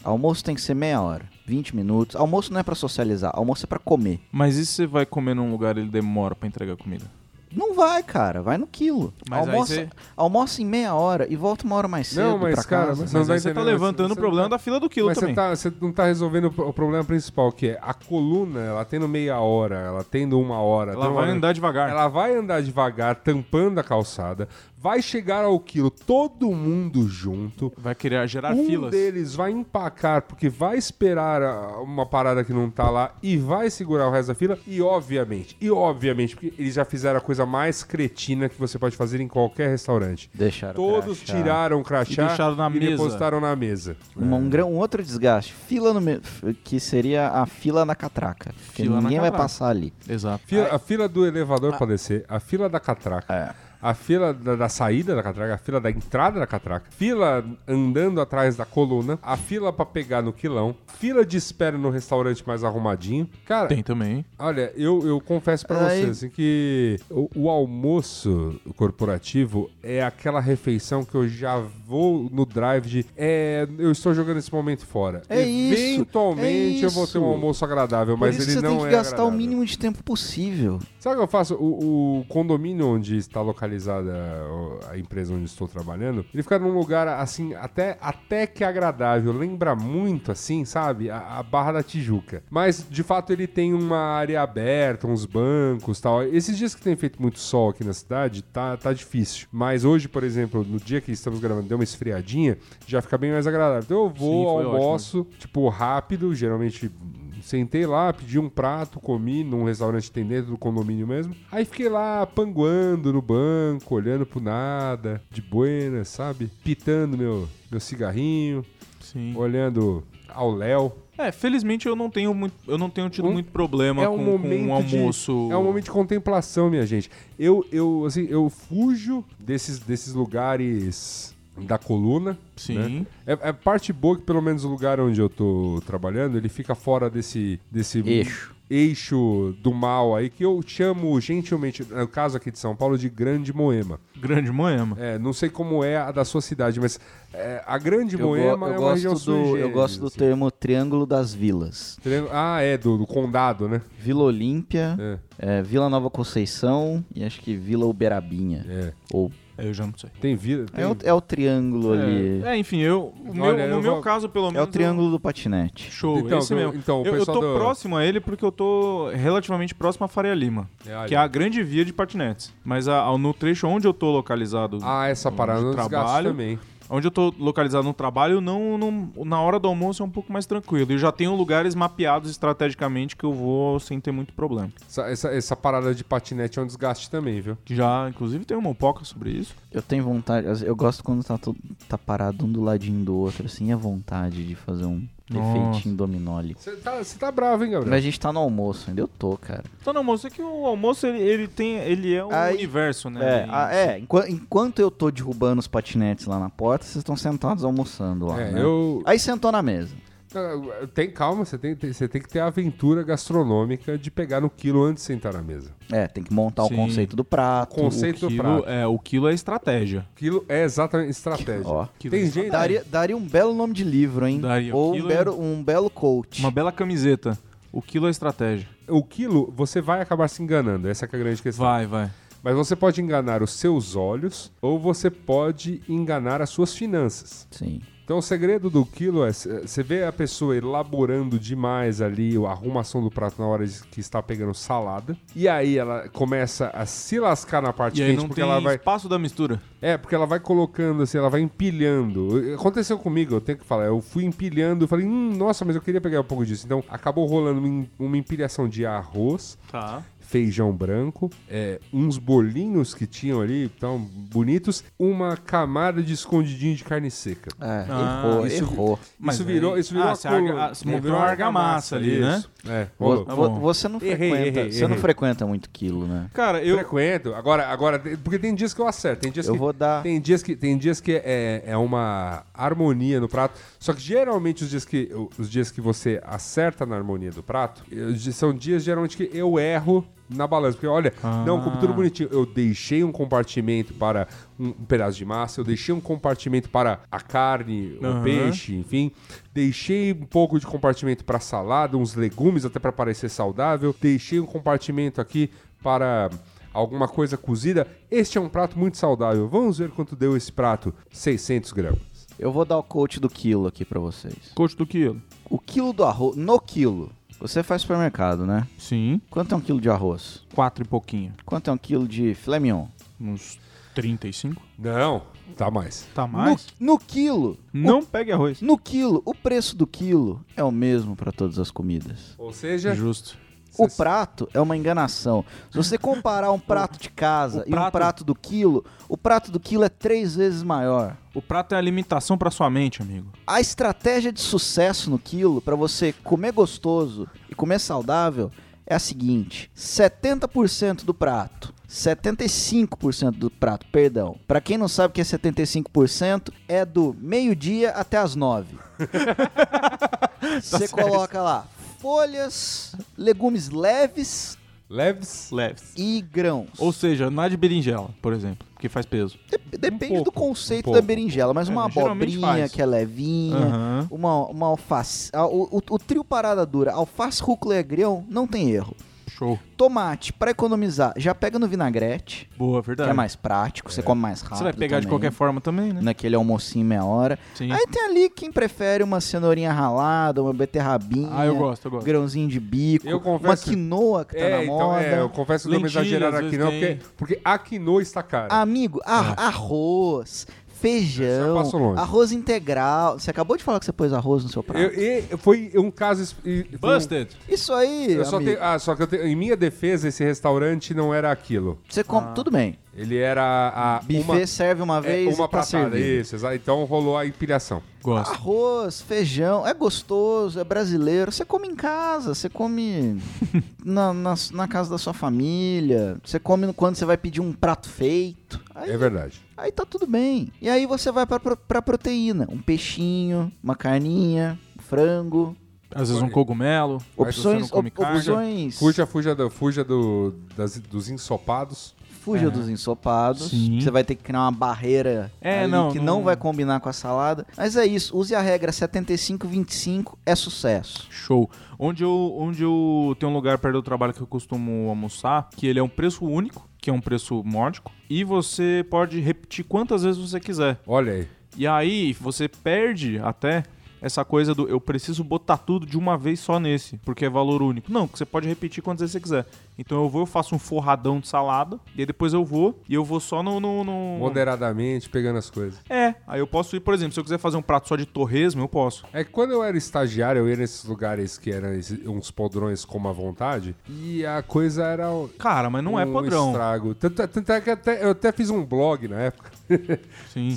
[SPEAKER 5] Ah,
[SPEAKER 4] Almoço tem que ser meia hora, 20 minutos. Almoço não é pra socializar, almoço é pra comer.
[SPEAKER 5] Mas e se você vai comer num lugar e ele demora pra entregar comida?
[SPEAKER 4] Não vai, cara, vai no quilo.
[SPEAKER 5] Mas aí
[SPEAKER 4] almoça,
[SPEAKER 5] você-
[SPEAKER 4] almoça em meia hora e volta uma hora mais cedo
[SPEAKER 7] Não, mas,
[SPEAKER 4] pra
[SPEAKER 7] cara,
[SPEAKER 4] casa.
[SPEAKER 7] mas-
[SPEAKER 5] Mas aí
[SPEAKER 7] vai
[SPEAKER 5] você tá
[SPEAKER 7] entender, mas
[SPEAKER 5] levantando
[SPEAKER 7] você
[SPEAKER 5] o
[SPEAKER 7] não
[SPEAKER 5] problema
[SPEAKER 7] tá-
[SPEAKER 5] da fila do quilo
[SPEAKER 7] Mas você,
[SPEAKER 5] também.
[SPEAKER 7] tá, você não tá resolvendo o pro- o problema principal, que é a coluna, ela tendo meia hora, ela tendo uma hora.
[SPEAKER 5] Ela
[SPEAKER 7] tendo uma
[SPEAKER 5] vai
[SPEAKER 7] hora-
[SPEAKER 5] andar devagar.
[SPEAKER 7] né? Ela vai andar devagar, tampando a calçada, vai chegar ao quilo todo mundo junto.
[SPEAKER 5] Vai querer gerar
[SPEAKER 7] um
[SPEAKER 5] filas.
[SPEAKER 7] deles vai empacar porque vai esperar a- uma parada que não tá lá e vai segurar o resto da fila. E obviamente, e obviamente, porque eles já fizeram a coisa mais cretina que você pode fazer em qualquer restaurante.
[SPEAKER 4] Deixaram
[SPEAKER 7] Todos
[SPEAKER 4] crachá.
[SPEAKER 7] tiraram o crachá
[SPEAKER 5] E deixaram na mesa.
[SPEAKER 7] depositaram na mesa.
[SPEAKER 4] Uma- um, gran- um outro desgaste, fila no me- que seria a fila na catraca, porque
[SPEAKER 5] Fila na
[SPEAKER 4] ninguém vai
[SPEAKER 5] catraca.
[SPEAKER 4] passar ali.
[SPEAKER 5] Exato.
[SPEAKER 7] Fila- a fila do
[SPEAKER 4] Ah.
[SPEAKER 7] elevador pra descer, a fila da catraca,
[SPEAKER 4] É.
[SPEAKER 7] a fila da, da saída da catraca, a fila da entrada da catraca, fila andando atrás da coluna, a fila pra pegar no quilão, fila de espera no restaurante mais arrumadinho. Cara,
[SPEAKER 5] Tem também.
[SPEAKER 7] olha, eu, eu confesso pra
[SPEAKER 4] Aí-
[SPEAKER 7] vocês assim, que o, o almoço corporativo é aquela refeição que eu já vou no drive de é, eu estou jogando esse momento fora.
[SPEAKER 4] É isso,
[SPEAKER 7] Eventualmente
[SPEAKER 4] é
[SPEAKER 7] eu vou ter um
[SPEAKER 4] isso.
[SPEAKER 7] almoço agradável,
[SPEAKER 4] Por
[SPEAKER 7] mas
[SPEAKER 4] isso
[SPEAKER 7] ele
[SPEAKER 4] que você
[SPEAKER 7] não
[SPEAKER 4] tem que
[SPEAKER 7] é
[SPEAKER 4] gastar o
[SPEAKER 7] agradável.
[SPEAKER 4] mínimo de tempo possível.
[SPEAKER 7] Sabe o que eu faço? O, o condomínio onde está localizada o- a empresa onde estou trabalhando, ele fica num lugar assim, até, até que agradável. Lembra muito, assim, sabe? A, a Barra da Tijuca. Mas, de fato, ele tem uma área aberta, uns bancos e tal. Esses dias que tem feito muito sol aqui na cidade, tá, tá difícil. Mas hoje, por exemplo, no dia que estamos gravando, deu uma esfriadinha, já fica bem mais agradável. Então eu
[SPEAKER 5] Sim,
[SPEAKER 7] vou,
[SPEAKER 5] foi
[SPEAKER 7] almoço, tipo, rápido, geralmente Sentei lá, pedi um prato, comi num restaurante que tem dentro do condomínio mesmo. Aí fiquei lá panguando no banco, olhando pro nada, de buena, sabe? Pitando meu, meu cigarrinho,
[SPEAKER 5] Sim.
[SPEAKER 7] olhando ao Léo.
[SPEAKER 5] É, felizmente eu não tenho muito, eu não tenho tido
[SPEAKER 7] Um-
[SPEAKER 5] muito problema
[SPEAKER 7] É
[SPEAKER 5] com,
[SPEAKER 7] um
[SPEAKER 5] com
[SPEAKER 7] momento
[SPEAKER 5] um almoço.
[SPEAKER 7] de, é um momento de contemplação, minha gente. Eu eu assim, eu fujo desses desses lugares da coluna.
[SPEAKER 5] Sim.
[SPEAKER 7] né? É, é parte boa que pelo menos o lugar onde eu tô trabalhando, ele fica fora desse desse
[SPEAKER 4] Eixo.
[SPEAKER 7] eixo do mal aí que eu chamo gentilmente, no caso aqui de São Paulo, de Grande Moema.
[SPEAKER 5] Grande Moema.
[SPEAKER 7] É, não sei como é a da sua cidade, mas é, a Grande
[SPEAKER 4] Eu, go-
[SPEAKER 7] Moema
[SPEAKER 4] eu
[SPEAKER 7] é uma região
[SPEAKER 4] gosto
[SPEAKER 7] sui
[SPEAKER 4] do, eu
[SPEAKER 7] generis,
[SPEAKER 4] gosto do
[SPEAKER 7] assim.
[SPEAKER 4] termo Triângulo das Vilas.
[SPEAKER 7] Triângulo- Ah, é, do, do condado, né?
[SPEAKER 4] Vila Olímpia,
[SPEAKER 7] É.
[SPEAKER 4] é, Vila Nova Conceição e acho que Vila Uberabinha.
[SPEAKER 7] É.
[SPEAKER 4] Ou,
[SPEAKER 5] É, Eu já não sei.
[SPEAKER 7] Tem vida. Tem...
[SPEAKER 4] é, o, é o triângulo ali.
[SPEAKER 5] É, enfim, eu. o meu-
[SPEAKER 7] Olha,
[SPEAKER 5] no
[SPEAKER 7] eu
[SPEAKER 5] meu
[SPEAKER 7] vou-
[SPEAKER 5] caso, pelo
[SPEAKER 4] É,
[SPEAKER 5] menos.
[SPEAKER 4] o triângulo do patinete.
[SPEAKER 5] eu- Show,
[SPEAKER 7] Então,
[SPEAKER 5] esse
[SPEAKER 7] eu-
[SPEAKER 5] mesmo.
[SPEAKER 7] então, o
[SPEAKER 5] eu, eu
[SPEAKER 7] pessoal
[SPEAKER 5] tô
[SPEAKER 7] do-
[SPEAKER 5] próximo a ele porque eu tô relativamente próximo à Faria Lima,
[SPEAKER 7] É, olha.
[SPEAKER 5] que é a grande via de patinetes. Mas a- ao- no trecho onde eu tô localizado,
[SPEAKER 7] Ah, essa parada
[SPEAKER 5] de
[SPEAKER 7] no desgaste
[SPEAKER 5] trabalho.
[SPEAKER 7] também.
[SPEAKER 5] onde eu tô localizado no trabalho, não, não- na hora do almoço é um pouco mais tranquilo. E já tenho lugares mapeados estrategicamente que eu vou sem ter muito problema.
[SPEAKER 7] Essa, essa, essa parada de patinete é um desgaste também, viu?
[SPEAKER 5] Que já, inclusive, tem uma mopoca sobre isso.
[SPEAKER 4] Eu tenho é vontade, eu gosto quando tá, tudo- tá parado um do ladinho do outro, assim, a vontade de fazer um Efeitinho dominó ali.
[SPEAKER 7] Você tá, você tá bravo, hein, Gabriel?
[SPEAKER 4] Mas a gente tá no almoço, ainda eu tô, cara.
[SPEAKER 5] Então, não, moço, é que o almoço ele, ele tem, ele é um
[SPEAKER 4] Aí-
[SPEAKER 5] universo, né?
[SPEAKER 4] É,
[SPEAKER 5] Ele-
[SPEAKER 4] ah, é enqua- enquanto eu tô derrubando os patinetes lá na porta, vocês estão sentados almoçando lá.
[SPEAKER 7] É,
[SPEAKER 4] né?
[SPEAKER 7] eu.
[SPEAKER 4] Aí sentou na mesa.
[SPEAKER 7] Ah, Tem calma, você tem, tem- você tem que ter a aventura gastronômica de pegar no quilo antes de sentar na mesa.
[SPEAKER 4] É, tem que montar
[SPEAKER 5] Sim.
[SPEAKER 4] o conceito do prato.
[SPEAKER 7] Conceito do
[SPEAKER 5] Quilo,
[SPEAKER 7] prato.
[SPEAKER 5] é, o quilo é estratégia.
[SPEAKER 7] Quilo é exatamente estratégia.
[SPEAKER 4] Ó.
[SPEAKER 7] tem gente.
[SPEAKER 4] Daria, daria um belo nome de livro, hein?
[SPEAKER 5] Daria.
[SPEAKER 4] Ou um
[SPEAKER 5] Aquilo-
[SPEAKER 4] belo, um belo coach.
[SPEAKER 5] Uma bela camiseta. O quilo é estratégia.
[SPEAKER 7] O quilo, você vai acabar se enganando. Essa que é a grande questão.
[SPEAKER 5] Vai, vai.
[SPEAKER 7] Mas você pode enganar os seus olhos ou você pode enganar as suas finanças.
[SPEAKER 4] Sim.
[SPEAKER 7] Então o segredo do quilo é você vê a pessoa elaborando demais ali a arrumação do prato na hora de- que está pegando salada e aí ela começa a se lascar na parte
[SPEAKER 5] E aí
[SPEAKER 7] quente
[SPEAKER 5] não
[SPEAKER 7] porque
[SPEAKER 5] tem
[SPEAKER 7] ela vai
[SPEAKER 5] espaço da mistura.
[SPEAKER 7] é porque ela vai colocando assim, ela vai empilhando. Aconteceu comigo, eu tenho que falar, eu fui empilhando, eu falei, hum, nossa, mas eu queria pegar um pouco disso. Então acabou rolando uma em- uma empilhação de arroz,
[SPEAKER 5] Tá.
[SPEAKER 7] feijão branco, é, uns bolinhos que tinham ali, tão bonitos, uma camada de escondidinho de carne seca.
[SPEAKER 4] É,
[SPEAKER 5] Ah,
[SPEAKER 4] errou,
[SPEAKER 7] isso-
[SPEAKER 4] errou.
[SPEAKER 5] Mas
[SPEAKER 7] isso virou,
[SPEAKER 5] aí-
[SPEAKER 7] isso virou
[SPEAKER 5] ah,
[SPEAKER 7] uma
[SPEAKER 5] você arga-
[SPEAKER 7] coluna.
[SPEAKER 5] ah, você montou uma argamassa ali,
[SPEAKER 7] isso. É,
[SPEAKER 4] Vo-
[SPEAKER 7] rolou.
[SPEAKER 5] Tá
[SPEAKER 4] vo-
[SPEAKER 5] bom.
[SPEAKER 4] você não
[SPEAKER 7] Errei,
[SPEAKER 4] frequenta,
[SPEAKER 7] errei,
[SPEAKER 4] você não
[SPEAKER 7] errei.
[SPEAKER 4] frequenta muito quilo, né?
[SPEAKER 5] Cara, eu.
[SPEAKER 7] Frequento. Agora, agora, tem- porque tem dias que eu acerto, tem dias
[SPEAKER 4] Eu
[SPEAKER 7] que
[SPEAKER 4] vou dar-
[SPEAKER 7] tem dias que tem dias que é, é uma harmonia no prato. Só que geralmente os dias que os dias que você acerta na harmonia do prato eu- são dias geralmente que eu erro na balança, porque olha, não, como tudo bonitinho, eu deixei um compartimento para um, um pedaço de massa, eu deixei um compartimento para a carne, o
[SPEAKER 5] Aham.
[SPEAKER 7] peixe, enfim, deixei um pouco de compartimento para salada, uns legumes até para parecer saudável, deixei um compartimento aqui para alguma coisa cozida. Este é um prato muito saudável. Vamos ver quanto deu esse prato. 600 gramas.
[SPEAKER 4] Eu vou dar o coach do quilo aqui pra vocês.
[SPEAKER 5] Coach do quilo.
[SPEAKER 4] O quilo do arroz, no quilo, você faz supermercado, né?
[SPEAKER 5] Sim.
[SPEAKER 4] Quanto é um quilo de arroz?
[SPEAKER 5] Quatro e pouquinho.
[SPEAKER 4] Quanto é um quilo de filé mignon?
[SPEAKER 5] Uns 35.
[SPEAKER 7] Não, tá mais.
[SPEAKER 5] Tá
[SPEAKER 4] No,
[SPEAKER 5] mais?
[SPEAKER 4] no quilo,
[SPEAKER 5] Não pegue arroz.
[SPEAKER 4] no quilo, o preço do quilo é o mesmo pra todas as comidas.
[SPEAKER 7] Ou seja,
[SPEAKER 5] Justo.
[SPEAKER 4] O prato é uma enganação. Se você comparar um prato de casa e
[SPEAKER 5] o
[SPEAKER 4] um
[SPEAKER 5] prato-
[SPEAKER 4] prato do quilo, o prato do quilo é três vezes maior.
[SPEAKER 5] O prato é a limitação pra sua mente, amigo.
[SPEAKER 4] A estratégia de sucesso no quilo para você comer gostoso e comer saudável é a seguinte: 70% do prato, 75% do prato, perdão. Para quem não sabe o que é 75%, é do meio-dia até as 9.
[SPEAKER 5] Tá
[SPEAKER 4] você coloca lá folhas, legumes leves
[SPEAKER 7] leves.
[SPEAKER 5] Leves.
[SPEAKER 4] e grãos.
[SPEAKER 5] Ou seja, não é de berinjela, por exemplo, que faz peso.
[SPEAKER 4] Dep- Depende
[SPEAKER 7] pouco,
[SPEAKER 4] do conceito
[SPEAKER 7] um pouco.
[SPEAKER 4] da berinjela, mas uma
[SPEAKER 5] É, geralmente
[SPEAKER 4] abobrinha
[SPEAKER 5] faz.
[SPEAKER 4] que é levinha,
[SPEAKER 5] Aham.
[SPEAKER 4] uma, uma alface. a- o, o- o trio parada dura, alface, rúcula e agrião, não tem erro.
[SPEAKER 5] Show.
[SPEAKER 4] Tomate, pra economizar, já pega no vinagrete,
[SPEAKER 5] Boa,
[SPEAKER 4] que
[SPEAKER 5] verdade.
[SPEAKER 4] é mais prático, você come mais rápido.
[SPEAKER 5] Tá. Você vai pegar de
[SPEAKER 4] também,
[SPEAKER 5] qualquer forma também, né?
[SPEAKER 4] Naquele almocinho meia hora.
[SPEAKER 5] Sim.
[SPEAKER 4] Aí tem ali quem prefere uma cenourinha ralada, uma beterrabinha.
[SPEAKER 5] Ah, eu gosto, eu gosto.
[SPEAKER 4] Grãozinho de bico,
[SPEAKER 7] Eu
[SPEAKER 4] uma
[SPEAKER 7] confesso-
[SPEAKER 4] quinoa que tá na
[SPEAKER 7] É, então,
[SPEAKER 4] moda.
[SPEAKER 7] é, eu confesso que eu não
[SPEAKER 5] Lentilha,
[SPEAKER 7] exagerar
[SPEAKER 5] às
[SPEAKER 7] aqui
[SPEAKER 5] vezes
[SPEAKER 7] não,
[SPEAKER 5] tem.
[SPEAKER 7] porque, porque a quinoa está cara. Ah.
[SPEAKER 4] Amigo, ar- arroz,
[SPEAKER 7] Você
[SPEAKER 4] feijão,
[SPEAKER 7] passou longe.
[SPEAKER 4] arroz integral. Você acabou de falar que você pôs arroz no seu prato.
[SPEAKER 7] Eu- e foi um caso... es- e- foi um-
[SPEAKER 5] Busted.
[SPEAKER 4] Isso aí,
[SPEAKER 7] Eu só,
[SPEAKER 4] amigo,
[SPEAKER 7] tenho- ah, só que eu tenho- em minha defesa, esse restaurante não era aquilo.
[SPEAKER 4] você come, tudo bem.
[SPEAKER 7] Ele era a, a-
[SPEAKER 4] Buffet
[SPEAKER 7] uma,
[SPEAKER 4] serve uma
[SPEAKER 7] é,
[SPEAKER 4] vez
[SPEAKER 7] uma
[SPEAKER 4] e tá
[SPEAKER 7] pratada.
[SPEAKER 4] servido.
[SPEAKER 7] Isso, exa- então rolou a empilhação.
[SPEAKER 5] Gosto.
[SPEAKER 4] Arroz, feijão, é gostoso, é brasileiro. Você come em casa, você come na, na, na casa da sua família, você come quando você vai pedir um prato feito. Aí,
[SPEAKER 7] É verdade.
[SPEAKER 4] aí tá tudo bem. E aí você vai pra, pro- pra proteína: um peixinho, uma carninha, um frango.
[SPEAKER 5] Às vezes um cogumelo. mas você
[SPEAKER 4] Opções,
[SPEAKER 5] não come
[SPEAKER 4] op-
[SPEAKER 5] carne.
[SPEAKER 4] opções.
[SPEAKER 7] Fuja, fuja, do, fuja do, das- dos ensopados.
[SPEAKER 4] Fuja dos ensopados.
[SPEAKER 5] É. Sim.
[SPEAKER 4] Você vai ter que criar uma barreira
[SPEAKER 5] É,
[SPEAKER 4] ali
[SPEAKER 5] não,
[SPEAKER 4] que
[SPEAKER 5] não-
[SPEAKER 4] não... vai combinar com a salada. Mas é isso. Use a regra 75-25 é sucesso.
[SPEAKER 5] Show. Onde eu, onde eu tenho um lugar perto do trabalho que eu costumo almoçar, que ele é um preço único, que é um preço módico, e você pode repetir quantas vezes você quiser.
[SPEAKER 7] Olha aí.
[SPEAKER 5] E aí você perde até essa coisa do eu preciso botar tudo de uma vez só nesse, porque é valor único. Não, que você pode repetir quantas vezes você quiser. Então eu vou, eu faço um forradão de salada, e aí depois eu vou, e eu vou só no. no, no-
[SPEAKER 7] Moderadamente, pegando as coisas.
[SPEAKER 5] É, aí eu posso ir, por exemplo, se eu quiser fazer um prato só de torresmo, eu posso.
[SPEAKER 7] É que quando eu era estagiário, eu ia nesses lugares que eram esse- uns podrões como à vontade, e a coisa era
[SPEAKER 5] Cara, mas não é
[SPEAKER 7] um
[SPEAKER 5] padrão.
[SPEAKER 7] estrago. Tanto, tanto é que até- eu até fiz um blog na época
[SPEAKER 5] Sim.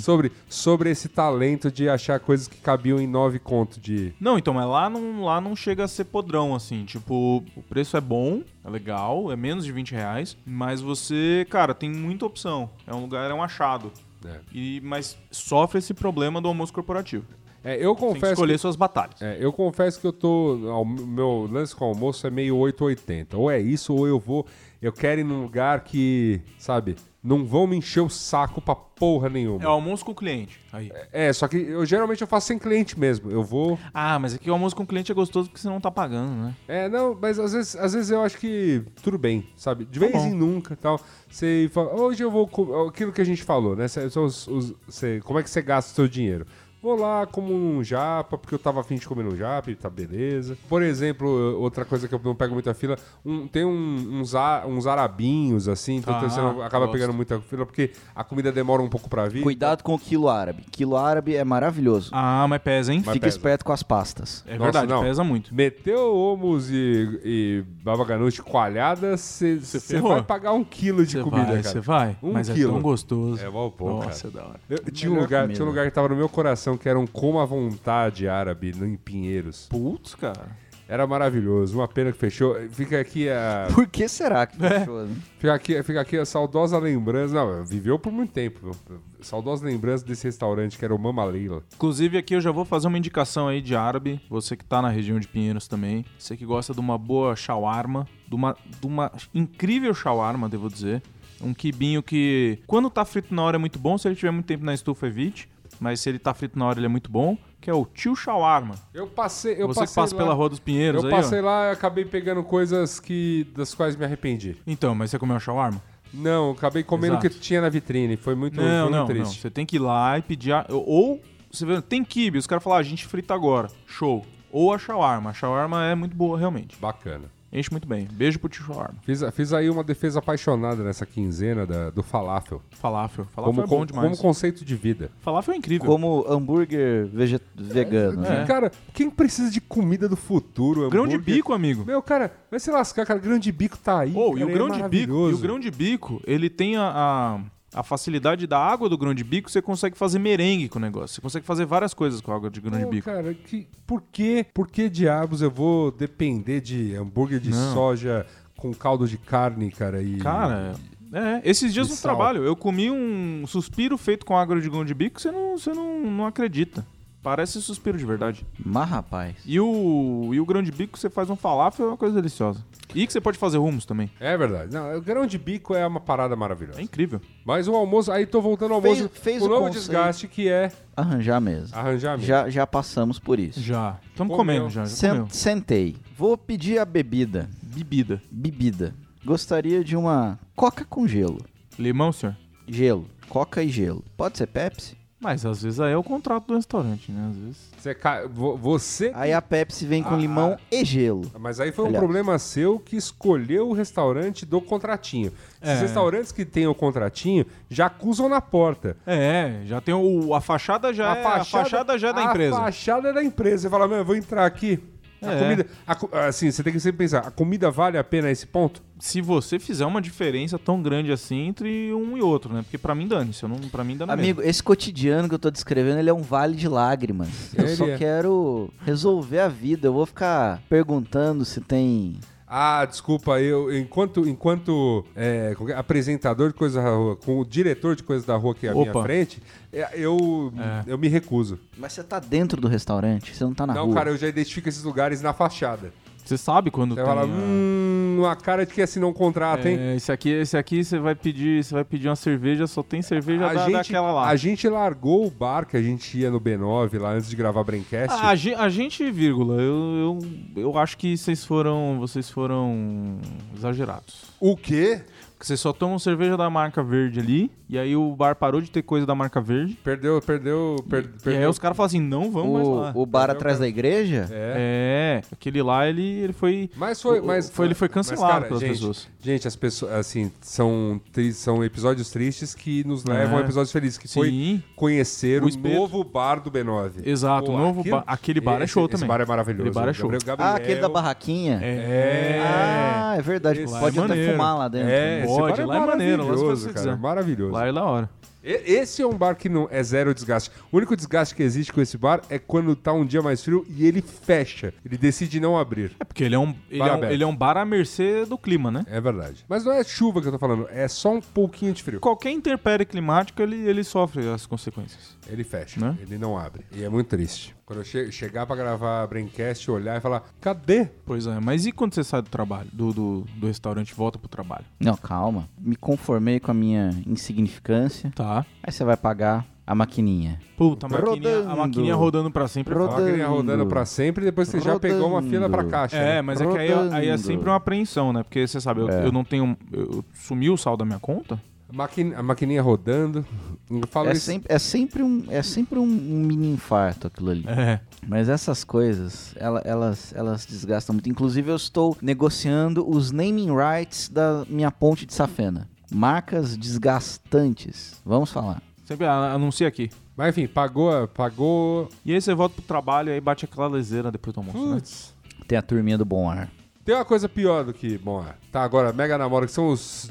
[SPEAKER 7] sobre, sobre esse talento de achar coisas que cabiam em nove conto de...
[SPEAKER 5] Não, então, mas lá não, lá não chega a ser podrão, assim. Tipo, o preço é bom, é legal, é menos de 20 reais, mas você, cara, tem muita opção. É um lugar, é um achado.
[SPEAKER 7] É.
[SPEAKER 5] E, mas sofre esse problema do almoço corporativo.
[SPEAKER 7] É, eu
[SPEAKER 5] Tem que
[SPEAKER 7] confesso
[SPEAKER 5] escolher suas batalhas.
[SPEAKER 7] É, eu confesso que eu tô. O meu lance com o almoço é meio 880. Ou é isso, ou eu vou. Eu quero ir num lugar que, sabe, não vão me encher o saco pra porra
[SPEAKER 5] É,
[SPEAKER 7] nenhuma.
[SPEAKER 5] o almoço com o cliente. Aí.
[SPEAKER 7] É, só que eu geralmente eu faço sem cliente mesmo. Eu vou.
[SPEAKER 5] Ah, mas aqui o almoço com o cliente é gostoso porque você não tá pagando, né?
[SPEAKER 7] É, não, mas às vezes, às vezes eu acho que tudo bem, sabe? De
[SPEAKER 5] Tá
[SPEAKER 7] vez em nunca tal. Você fala, hoje eu vou. co- Aquilo que a gente falou, né? Cê- são os- os- cê- como é que você gasta o seu dinheiro? Vou lá, como um japa, porque eu tava afim de comer um japa e tá beleza. Por exemplo, eu- outra coisa que eu não pego muita fila, um- tem um- uns, a- uns arabinhos, assim, então
[SPEAKER 5] Ah,
[SPEAKER 7] você não acaba
[SPEAKER 5] gosto.
[SPEAKER 7] pegando muita fila, porque a comida demora um pouco pra vir.
[SPEAKER 4] Cuidado com o quilo árabe. Quilo árabe é maravilhoso.
[SPEAKER 5] Ah, mas pesa, hein?
[SPEAKER 7] Mas
[SPEAKER 4] Fica
[SPEAKER 7] pesa.
[SPEAKER 4] esperto com as pastas.
[SPEAKER 5] É
[SPEAKER 7] Nossa,
[SPEAKER 5] verdade,
[SPEAKER 7] não.
[SPEAKER 5] pesa muito.
[SPEAKER 7] Meteu homus e, e baba ganoush coalhada, você
[SPEAKER 5] ferrou.
[SPEAKER 7] vai pagar um quilo de
[SPEAKER 5] Você
[SPEAKER 7] comida, cara.
[SPEAKER 5] vai, você vai.
[SPEAKER 7] Um
[SPEAKER 5] mas
[SPEAKER 7] quilo.
[SPEAKER 5] é tão gostoso.
[SPEAKER 7] É bom, pô, cara.
[SPEAKER 5] Nossa, é da hora.
[SPEAKER 7] Eu- tinha, um lugar, tinha um lugar que tava no meu coração que era um como à vontade árabe no- em Pinheiros.
[SPEAKER 5] Putz, cara.
[SPEAKER 7] Era maravilhoso, uma pena que fechou. Fica aqui a,
[SPEAKER 4] Por que será que
[SPEAKER 5] É.
[SPEAKER 4] fechou? né?
[SPEAKER 7] fica aqui, fica aqui a saudosa lembrança. Não, viveu por muito tempo. Saudosa lembrança desse restaurante que era o Mama Leila.
[SPEAKER 5] Inclusive, aqui eu já vou fazer uma indicação aí de árabe. Você que tá na região de Pinheiros também. Você que gosta de uma boa shawarma. De uma, de uma incrível shawarma, devo dizer. Um quibinho que, quando tá frito na hora, é muito bom. Se ele tiver muito tempo na estufa, evite. Mas se ele tá frito na hora, ele é muito bom. Que é o tio shawarma.
[SPEAKER 7] Eu passei, eu
[SPEAKER 5] Você que
[SPEAKER 7] passei
[SPEAKER 5] passa
[SPEAKER 7] lá,
[SPEAKER 5] pela Rua dos Pinheiros
[SPEAKER 7] Eu
[SPEAKER 5] aí,
[SPEAKER 7] passei
[SPEAKER 5] ó.
[SPEAKER 7] lá e acabei pegando coisas que das quais me arrependi.
[SPEAKER 5] Então, mas você comeu shawarma?
[SPEAKER 7] Não, acabei comendo o que
[SPEAKER 5] Exato.
[SPEAKER 7] tinha na vitrine. Foi muito, foi
[SPEAKER 5] Não,
[SPEAKER 7] muito
[SPEAKER 5] não, não.
[SPEAKER 7] triste.
[SPEAKER 5] Você tem que ir lá e pedir. A... Ou você vê, tem kibe, os caras falam, ah, a gente frita agora. Show. Ou a shawarma. A shawarma é muito boa, realmente.
[SPEAKER 7] Bacana.
[SPEAKER 5] Enche muito bem. Beijo pro tio shawarma.
[SPEAKER 7] Fiz, fiz aí uma defesa apaixonada nessa quinzena da- do falafel.
[SPEAKER 5] Falafel. Falafel
[SPEAKER 7] Como,
[SPEAKER 5] é bom
[SPEAKER 7] con-
[SPEAKER 5] demais.
[SPEAKER 7] como conceito de vida.
[SPEAKER 5] Falafel é incrível.
[SPEAKER 4] Como hambúrguer veget... vegano. né?
[SPEAKER 5] É.
[SPEAKER 7] Cara, quem precisa de comida do futuro?
[SPEAKER 5] Grão de
[SPEAKER 7] hambúrguer?
[SPEAKER 5] bico, amigo.
[SPEAKER 7] Meu, cara, vai se lascar, cara. Grão de bico tá aí.
[SPEAKER 5] Ou,
[SPEAKER 7] cara,
[SPEAKER 5] e o
[SPEAKER 7] é
[SPEAKER 5] grão de bico, e o
[SPEAKER 7] maravilhoso.
[SPEAKER 5] grão de bico, ele tem a, a, a facilidade da água do grão de bico, você consegue fazer merengue com o negócio. Você consegue fazer várias coisas com a água de grão de
[SPEAKER 7] Pô,
[SPEAKER 5] bico.
[SPEAKER 7] Cara, que, por que, por que diabos eu vou depender de hambúrguer de
[SPEAKER 5] Não.
[SPEAKER 7] soja com caldo de carne, cara? E,
[SPEAKER 5] Cara, é. Esses dias
[SPEAKER 7] E
[SPEAKER 5] no
[SPEAKER 7] sal.
[SPEAKER 5] trabalho, eu comi um suspiro feito com água de grão de bico, você não, você não, não acredita. Parece suspiro de verdade.
[SPEAKER 4] Mas, rapaz.
[SPEAKER 5] E o, e o grão de bico, você faz um falafel, é uma coisa deliciosa. E que você pode fazer rumos também.
[SPEAKER 7] É verdade. Não, o grão de bico é uma parada maravilhosa.
[SPEAKER 5] É incrível.
[SPEAKER 7] Mas o almoço, aí tô voltando ao
[SPEAKER 4] Fez-
[SPEAKER 7] almoço.
[SPEAKER 4] fez
[SPEAKER 7] o
[SPEAKER 4] o
[SPEAKER 7] novo
[SPEAKER 4] conceito.
[SPEAKER 7] desgaste que é
[SPEAKER 4] Arranjar
[SPEAKER 5] Ah,
[SPEAKER 4] mesmo.
[SPEAKER 7] arranjar mesmo.
[SPEAKER 4] Já, já passamos por isso.
[SPEAKER 5] Já. é um Estamos
[SPEAKER 7] Comeu.
[SPEAKER 5] comendo já. já
[SPEAKER 4] Sen-
[SPEAKER 5] comeu.
[SPEAKER 4] Sentei. Vou pedir a bebida.
[SPEAKER 5] Bebida.
[SPEAKER 4] Bebida. Gostaria de uma coca com gelo.
[SPEAKER 5] Limão, senhor?
[SPEAKER 4] Gelo. Coca e gelo. Pode ser Pepsi?
[SPEAKER 5] Mas às vezes aí é o contrato do restaurante, né? Às vezes.
[SPEAKER 7] Você, é ca- vo- você
[SPEAKER 4] Aí a Pepsi vem com
[SPEAKER 7] Ah.
[SPEAKER 4] limão e
[SPEAKER 5] É
[SPEAKER 4] gelo.
[SPEAKER 7] Mas aí foi um
[SPEAKER 4] Aliás.
[SPEAKER 7] problema seu que escolheu o restaurante do contratinho.
[SPEAKER 5] É.
[SPEAKER 7] Esses restaurantes que têm o contratinho já acusam na porta.
[SPEAKER 5] É, já tem o. A fachada já é. a fachada já é da empresa.
[SPEAKER 7] A fachada é da empresa. Você fala, meu, eu vou entrar aqui. A
[SPEAKER 5] É.
[SPEAKER 7] comida. a co- assim, você tem que sempre pensar: a comida vale a pena esse ponto?
[SPEAKER 5] Se você fizer uma diferença tão grande assim entre um e outro, né? Porque pra mim dane-se. eu não- Pra mim dá na mesma.
[SPEAKER 4] Amigo, esse cotidiano que eu tô descrevendo, ele é um vale de lágrimas. Eu
[SPEAKER 7] Ele
[SPEAKER 4] só
[SPEAKER 7] é.
[SPEAKER 4] quero resolver a vida. Eu vou ficar perguntando se tem...
[SPEAKER 7] Ah, desculpa, eu, enquanto, enquanto é, qualquer- apresentador de Coisa da Rua, com o diretor de Coisa da Rua aqui à minha
[SPEAKER 5] Opa.
[SPEAKER 7] frente, é, eu, eu me recuso.
[SPEAKER 4] Mas você tá dentro do restaurante? Você não tá na
[SPEAKER 7] Não,
[SPEAKER 4] rua?
[SPEAKER 7] cara, eu já identifico esses lugares na fachada.
[SPEAKER 5] Você sabe quando
[SPEAKER 7] Você
[SPEAKER 5] tem.
[SPEAKER 7] fala,
[SPEAKER 5] a-
[SPEAKER 7] hum, uma cara de que assinou um contrato, hein?
[SPEAKER 5] É, esse aqui, esse aqui você vai pedir, você vai pedir uma cerveja, só tem cerveja da, daquela lá.
[SPEAKER 7] a gente largou o bar que a gente ia no B9 lá antes de gravar Braincast.
[SPEAKER 5] Ah, a, gen- a gente, vírgula, eu, eu, eu acho que vocês foram, vocês foram exagerados.
[SPEAKER 7] o quê?
[SPEAKER 5] que vocês só tomam cerveja da marca verde ali, e aí o bar parou de ter coisa da marca verde.
[SPEAKER 7] Perdeu, perdeu, per-
[SPEAKER 5] E aí
[SPEAKER 7] perdeu.
[SPEAKER 5] os caras falam assim, não vão mais lá.
[SPEAKER 4] O, o bar atrás da igreja?
[SPEAKER 5] É, aquele lá, ele, ele foi...
[SPEAKER 7] Mas foi,
[SPEAKER 5] o-
[SPEAKER 7] mas
[SPEAKER 5] foi- ele foi
[SPEAKER 7] mas,
[SPEAKER 5] cancelado
[SPEAKER 7] cara,
[SPEAKER 5] pelas
[SPEAKER 7] gente,
[SPEAKER 5] pessoas.
[SPEAKER 7] Gente, as pessoas assim são tri- são episódios tristes que nos levam a
[SPEAKER 5] É.
[SPEAKER 7] episódios felizes que foi
[SPEAKER 5] Sim,
[SPEAKER 7] conhecer
[SPEAKER 5] O
[SPEAKER 7] o,
[SPEAKER 5] espeto.
[SPEAKER 7] novo bar do B9.
[SPEAKER 5] Exato, o novo
[SPEAKER 7] aquilo-
[SPEAKER 5] bar- aquele bar é
[SPEAKER 7] esse-
[SPEAKER 5] show
[SPEAKER 7] esse
[SPEAKER 5] também.
[SPEAKER 7] bar é maravilhoso.
[SPEAKER 5] Aquele bar é show.
[SPEAKER 7] Gabriel,
[SPEAKER 4] Ah, aquele da
[SPEAKER 7] Gabriel-
[SPEAKER 4] barraquinha?
[SPEAKER 5] é...
[SPEAKER 4] Ah, é verdade.
[SPEAKER 7] Esse
[SPEAKER 4] pode
[SPEAKER 5] lá é
[SPEAKER 4] até
[SPEAKER 5] maneiro.
[SPEAKER 4] fumar lá dentro. né?
[SPEAKER 7] É, esse
[SPEAKER 5] Pode,
[SPEAKER 7] bar é
[SPEAKER 5] lá é maneiro, lá você faz o que
[SPEAKER 7] maravilhoso,
[SPEAKER 5] você
[SPEAKER 7] cara,
[SPEAKER 5] quiser.
[SPEAKER 7] maravilhoso.
[SPEAKER 5] Lá é da hora.
[SPEAKER 7] E- Esse é um bar que não é zero desgaste. O único desgaste que existe com esse bar é quando tá um dia mais frio e ele fecha. Ele decide não abrir.
[SPEAKER 5] Porque ele é um, ele
[SPEAKER 7] Bar
[SPEAKER 5] é um,
[SPEAKER 7] aberto.
[SPEAKER 5] ele é um bar à mercê do clima, né?
[SPEAKER 7] É verdade. Mas não é chuva que eu tô falando, é só um pouquinho de frio.
[SPEAKER 5] Qualquer intempérie climática, ele, ele sofre as consequências.
[SPEAKER 7] Ele fecha,
[SPEAKER 5] Né?
[SPEAKER 7] ele não abre. E é muito triste. Quando eu che- chegar pra gravar a Braincast, olhar e falar, cadê?
[SPEAKER 5] Pois é, mas e quando você sai do trabalho, do, do, do restaurante e volta pro trabalho?
[SPEAKER 4] Não, calma. Me conformei com a minha insignificância.
[SPEAKER 5] Tá.
[SPEAKER 4] Aí você vai pagar a maquininha.
[SPEAKER 5] Puta, a maquininha, a
[SPEAKER 4] Rodando.
[SPEAKER 5] maquininha rodando pra sempre. é
[SPEAKER 4] Rodando.
[SPEAKER 5] foda.
[SPEAKER 7] Rodando. rodando pra sempre e depois você já pegou uma
[SPEAKER 4] Rodando.
[SPEAKER 7] fila pra caixa.
[SPEAKER 5] É,
[SPEAKER 7] né?
[SPEAKER 5] mas é que aí,
[SPEAKER 4] Rodando.
[SPEAKER 5] aí é sempre uma apreensão, né? Porque você sabe, eu, eu não tenho. Eu sumi o sal da minha conta?
[SPEAKER 7] Maqui- a maquininha rodando. Eu falo
[SPEAKER 4] É
[SPEAKER 7] isso.
[SPEAKER 4] sempre, é sempre, um, é sempre um, um mini infarto aquilo ali.
[SPEAKER 5] É.
[SPEAKER 4] Mas essas coisas, ela- elas, elas desgastam muito. Inclusive, eu estou negociando os naming rights da minha ponte de safena. Marcas desgastantes. Vamos falar.
[SPEAKER 5] Sempre a- anuncia aqui.
[SPEAKER 7] Mas enfim, pagou, a- pagou.
[SPEAKER 5] E aí você volta pro trabalho e aí bate aquela leseira depois do almoço, né?
[SPEAKER 7] Putz.
[SPEAKER 4] Tem a turminha do bom ar.
[SPEAKER 7] Tem uma coisa pior do que, bom, é, tá agora mega namoro, que são os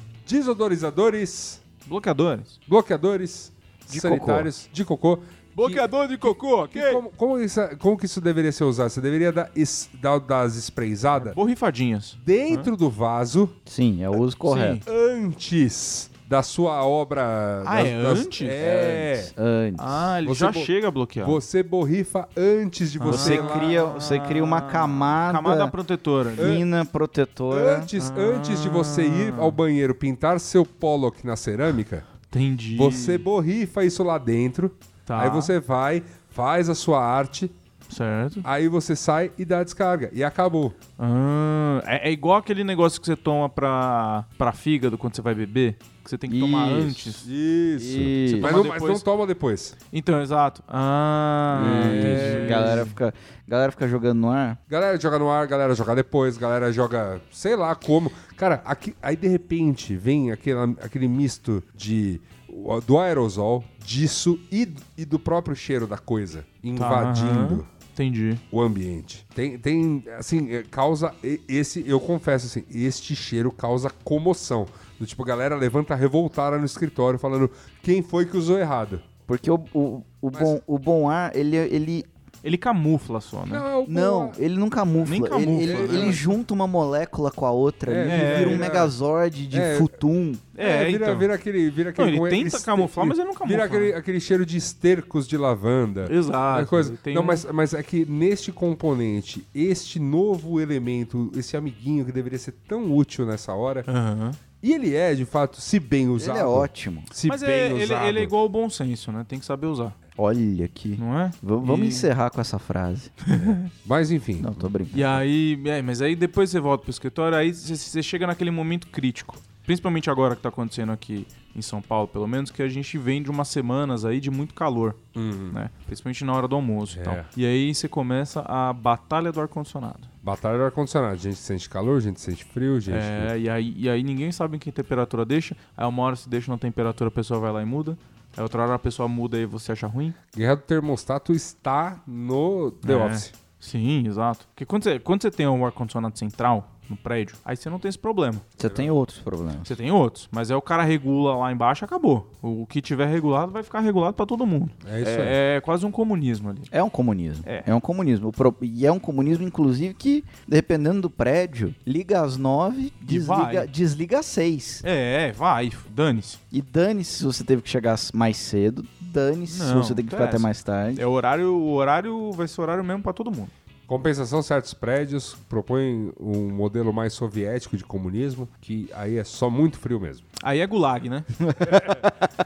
[SPEAKER 7] desodorizadores,
[SPEAKER 5] Bloqueadores.
[SPEAKER 7] bloqueadores
[SPEAKER 4] De
[SPEAKER 7] sanitários de cocô.
[SPEAKER 6] Bloqueador de cocô,
[SPEAKER 7] Que-
[SPEAKER 6] ok?
[SPEAKER 7] que como, como isso, é, como que isso deveria ser usado? Você deveria dar, es- dar das sprayzadas
[SPEAKER 5] Borrifadinhas.
[SPEAKER 7] dentro do vaso
[SPEAKER 4] Sim, é o uso correto.
[SPEAKER 7] antes da sua obra.
[SPEAKER 5] Ah, é antes? então.
[SPEAKER 7] É.
[SPEAKER 4] Antes.
[SPEAKER 5] Ah, ele
[SPEAKER 7] Você
[SPEAKER 5] já
[SPEAKER 7] bo-
[SPEAKER 5] chega a bloquear.
[SPEAKER 7] Você borrifa antes
[SPEAKER 5] Ah.
[SPEAKER 7] de você.
[SPEAKER 4] Você cria, você cria uma camada,
[SPEAKER 5] Camada protetora. ali.
[SPEAKER 4] fina protetora.
[SPEAKER 7] Antes, antes de você
[SPEAKER 5] Ah.
[SPEAKER 7] ir ao banheiro pintar seu Pollock na cerâmica,
[SPEAKER 5] Entendi.
[SPEAKER 7] Você borrifa isso lá dentro.
[SPEAKER 5] Tá.
[SPEAKER 7] Aí você vai, faz a sua arte,
[SPEAKER 5] Certo.
[SPEAKER 7] aí você sai e dá a descarga. E acabou.
[SPEAKER 5] Ah, é, é igual aquele negócio que você toma pra, pra fígado quando você vai beber, que você tem que tomar
[SPEAKER 4] Isso.
[SPEAKER 5] antes.
[SPEAKER 7] Isso.
[SPEAKER 4] Isso.
[SPEAKER 7] Mas,
[SPEAKER 5] Toma
[SPEAKER 7] não, mas
[SPEAKER 5] depois.
[SPEAKER 7] não toma depois.
[SPEAKER 5] Então, exato. Ah,
[SPEAKER 4] Entendi. Galera fica, galera fica jogando no ar.
[SPEAKER 7] Galera joga no ar, galera joga depois, galera joga sei lá como. Cara, aqui- aí de repente vem aquela, aquele misto de do aerosol, disso e, e do próprio cheiro da coisa invadindo.
[SPEAKER 5] é. Tá, Aham. Entendi.
[SPEAKER 7] o ambiente. Tem, tem assim, é, causa e- esse, eu confesso assim, este cheiro causa comoção. Do tipo, galera levanta revoltada no escritório falando quem foi que usou errado.
[SPEAKER 4] Porque o, o, o bom, o bom ar, ele, ele
[SPEAKER 5] Ele camufla só, né?
[SPEAKER 7] Não,
[SPEAKER 4] Não, ele não camufla.
[SPEAKER 5] Nem
[SPEAKER 4] Ele-
[SPEAKER 5] camufla,
[SPEAKER 4] ele
[SPEAKER 5] né?
[SPEAKER 4] ele junta uma molécula com a outra
[SPEAKER 7] É,
[SPEAKER 4] ali,
[SPEAKER 5] é,
[SPEAKER 4] vira um
[SPEAKER 7] é.
[SPEAKER 4] megazord de
[SPEAKER 7] É.
[SPEAKER 4] futum.
[SPEAKER 5] É,
[SPEAKER 7] vira,
[SPEAKER 5] então.
[SPEAKER 7] vira aquele. Vira aquele
[SPEAKER 5] ele
[SPEAKER 7] como é,
[SPEAKER 5] tenta
[SPEAKER 7] este-
[SPEAKER 5] camuflar, mas ele não camufla,
[SPEAKER 7] Vira aquele,
[SPEAKER 5] né?
[SPEAKER 7] aquele cheiro de estercos de lavanda.
[SPEAKER 5] Exato.
[SPEAKER 7] É coisa.
[SPEAKER 5] Tem
[SPEAKER 7] Não,
[SPEAKER 5] um-
[SPEAKER 7] mas, mas é que neste componente, este novo elemento, esse amiguinho que deveria ser tão útil nessa hora,
[SPEAKER 5] Aham.
[SPEAKER 7] e ele é, de fato, se bem usado.
[SPEAKER 4] Ele é ótimo.
[SPEAKER 7] Se
[SPEAKER 5] Mas é,
[SPEAKER 7] bem
[SPEAKER 5] ele,
[SPEAKER 7] usado.
[SPEAKER 5] ele é igual ao bom senso, né? Tem que saber usar,
[SPEAKER 4] Olha aqui.
[SPEAKER 5] não é?
[SPEAKER 4] V- vamos
[SPEAKER 5] E-
[SPEAKER 4] encerrar com essa frase.
[SPEAKER 7] Mas enfim.
[SPEAKER 4] Não, tô brincando.
[SPEAKER 5] E aí, é, mas aí depois você volta pro escritório, aí você- você chega naquele momento crítico. Principalmente agora que tá acontecendo aqui em São Paulo, pelo menos, que a gente vem de umas semanas aí de muito calor,
[SPEAKER 7] Hum.
[SPEAKER 5] né? Principalmente na hora do almoço e
[SPEAKER 7] É.
[SPEAKER 5] tal. E aí você começa a batalha do ar-condicionado.
[SPEAKER 7] Batalha do ar-condicionado. Gente sente calor, gente sente frio, gente.
[SPEAKER 5] É, e aí, e aí ninguém sabe em que temperatura deixa. Aí uma hora se deixa na temperatura, a pessoa vai lá e muda. Aí outra hora a pessoa muda e você acha ruim.
[SPEAKER 7] Guerra do termostato está no The
[SPEAKER 5] É.
[SPEAKER 7] Office.
[SPEAKER 5] Sim, exato. Porque quando você, quando você tem um ar-condicionado central no prédio, aí você não tem esse problema.
[SPEAKER 4] Você tem outros problemas.
[SPEAKER 5] Você tem outros, mas aí o cara regula lá embaixo, acabou. O que tiver regulado vai ficar regulado pra todo mundo.
[SPEAKER 7] É isso aí.
[SPEAKER 5] é, é quase um comunismo ali.
[SPEAKER 4] É um comunismo.
[SPEAKER 5] É.
[SPEAKER 4] É, um comunismo. O pro- E é um comunismo, inclusive, que, dependendo do prédio, liga às nove,
[SPEAKER 5] vai.
[SPEAKER 4] desliga, desliga às seis.
[SPEAKER 5] É, é, vai, dane-se.
[SPEAKER 4] E dane-se se você teve que chegar mais cedo, dane-se se
[SPEAKER 5] Não,
[SPEAKER 4] você tem que
[SPEAKER 5] não
[SPEAKER 4] ficar até
[SPEAKER 5] interessa.
[SPEAKER 4] mais tarde.
[SPEAKER 5] É o horário, o horário vai ser horário mesmo pra todo mundo.
[SPEAKER 7] Compensação, certos prédios propõem um modelo mais soviético de comunismo, que aí é só muito frio mesmo.
[SPEAKER 5] Aí é gulag, né?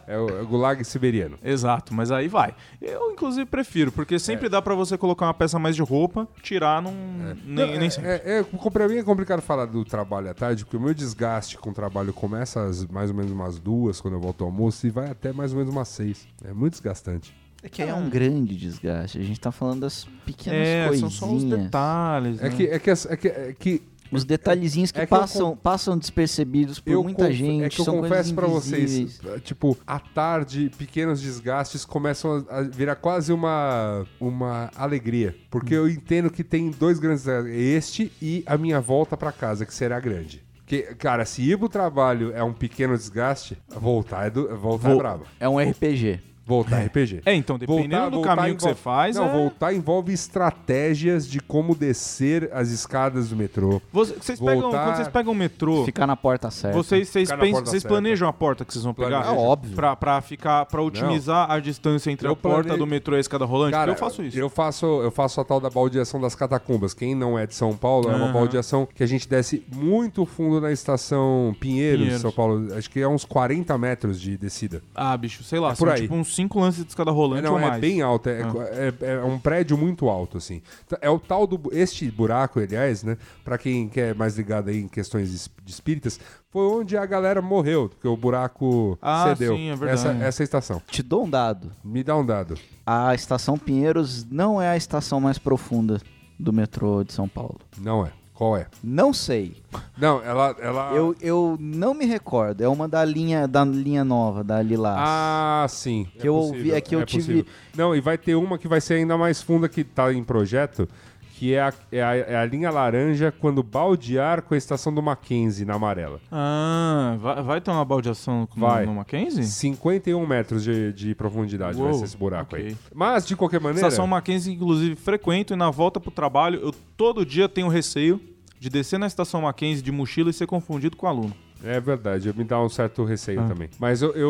[SPEAKER 7] É o é o gulag siberiano.
[SPEAKER 5] Exato, mas aí vai. Eu, inclusive, prefiro, porque
[SPEAKER 7] É.
[SPEAKER 5] sempre dá pra você colocar uma peça mais de roupa, tirar num. Nem, nem sempre.
[SPEAKER 7] É, é, com- pra mim é complicado falar do trabalho à tarde, porque o meu desgaste com o trabalho começa às mais ou menos umas duas, quando eu volto ao almoço, e vai até mais ou menos umas seis. É muito desgastante.
[SPEAKER 4] É que é um grande desgaste. A gente tá falando das pequenas
[SPEAKER 5] É, são
[SPEAKER 4] coisinhas.
[SPEAKER 5] só os detalhes.
[SPEAKER 7] É
[SPEAKER 5] né?
[SPEAKER 7] que, é que, as- é que, é que
[SPEAKER 4] Os detalhezinhos que,
[SPEAKER 7] É que eu
[SPEAKER 4] passam, passam despercebidos por
[SPEAKER 7] eu
[SPEAKER 4] muita
[SPEAKER 7] conf-
[SPEAKER 4] gente.
[SPEAKER 7] É que eu
[SPEAKER 4] são
[SPEAKER 7] confesso
[SPEAKER 4] coisas
[SPEAKER 7] pra vocês,
[SPEAKER 4] invisíveis.
[SPEAKER 7] eh, tipo, à tarde, pequenos desgastes começam a a virar quase uma, uma alegria. Porque eu entendo que tem dois grandes desgastes, este e a minha volta pra casa, que será grande. Porque, cara, se ir pro trabalho é um pequeno desgaste, voltar é, do, voltar é
[SPEAKER 4] Vou-
[SPEAKER 7] brabo.
[SPEAKER 4] É um RPG.
[SPEAKER 7] Voltar RPG.
[SPEAKER 5] É, então, dependendo do caminho que você
[SPEAKER 7] envolve-
[SPEAKER 5] faz,
[SPEAKER 7] Não,
[SPEAKER 5] é-
[SPEAKER 7] voltar envolve estratégias de como descer as escadas do metrô.
[SPEAKER 5] Você- Vocês pegam,
[SPEAKER 7] Voltar-
[SPEAKER 5] quando vocês pegam o metrô,
[SPEAKER 4] Ficar na porta certa.
[SPEAKER 5] vocês, vocês,
[SPEAKER 7] Ficar na
[SPEAKER 5] pensam-
[SPEAKER 7] porta
[SPEAKER 5] vocês
[SPEAKER 7] certa.
[SPEAKER 5] planejam a porta que vocês vão pegar?
[SPEAKER 7] Planejo.
[SPEAKER 4] É óbvio.
[SPEAKER 5] Pra, pra ficar, pra otimizar a distância entre
[SPEAKER 7] Eu
[SPEAKER 5] a porta
[SPEAKER 7] plane-
[SPEAKER 5] do metrô e a escada rolante? Porque eu faço isso.
[SPEAKER 7] Eu faço, eu faço a tal da baldeação das catacumbas. Quem não é de São Paulo, é uma baldeação que a gente desce muito fundo na estação Pinheiros, de
[SPEAKER 5] Pinheiros.
[SPEAKER 7] São Paulo. Acho que é uns 40 metros de descida.
[SPEAKER 5] Ah, bicho, sei lá,
[SPEAKER 7] É por
[SPEAKER 5] são
[SPEAKER 7] aí.
[SPEAKER 5] tipo uns cinco lances de escada rolante
[SPEAKER 7] não,
[SPEAKER 5] ou
[SPEAKER 7] é
[SPEAKER 5] mais.
[SPEAKER 7] bem alto. É,
[SPEAKER 5] Ah.
[SPEAKER 7] é- é um prédio muito alto, assim. Tá, É o tal do. bu- Este buraco, aliás, né? Pra quem quer mais ligado aí em questões es- de espíritas, foi onde a galera morreu, porque o buraco
[SPEAKER 5] Ah,
[SPEAKER 7] cedeu.
[SPEAKER 5] sim, é verdade.
[SPEAKER 7] Essa, essa estação.
[SPEAKER 4] Te dou um dado.
[SPEAKER 7] Me dá um dado.
[SPEAKER 4] A estação Pinheiros não é a estação mais profunda do metrô de São Paulo.
[SPEAKER 7] Não é. Qual é?
[SPEAKER 4] Não sei.
[SPEAKER 7] Não, ela. ela...
[SPEAKER 4] Eu, eu não me recordo. É uma da linha da linha nova, da Lilás.
[SPEAKER 7] Ah, sim.
[SPEAKER 4] Que eu ouvi- é que eu tive-
[SPEAKER 7] possível. Não, e vai ter uma que vai ser ainda mais funda que tá em projeto, que é a, é a, é a linha laranja quando baldear com a estação do Mackenzie na amarela.
[SPEAKER 5] Ah, vai, vai ter uma baldeação no,
[SPEAKER 7] Vai.
[SPEAKER 5] no Mackenzie?
[SPEAKER 7] 51 metros de, de profundidade vai
[SPEAKER 5] Uou,
[SPEAKER 7] ser esse buraco aí.
[SPEAKER 5] ok.
[SPEAKER 7] Mas, de qualquer maneira.
[SPEAKER 5] Estação Mackenzie, inclusive, frequento e na volta pro trabalho, eu todo dia tenho receio de descer na estação Mackenzie de mochila e ser confundido com o aluno.
[SPEAKER 7] É verdade, me dá um certo receio
[SPEAKER 5] Ah.
[SPEAKER 7] também. Mas eu, eu-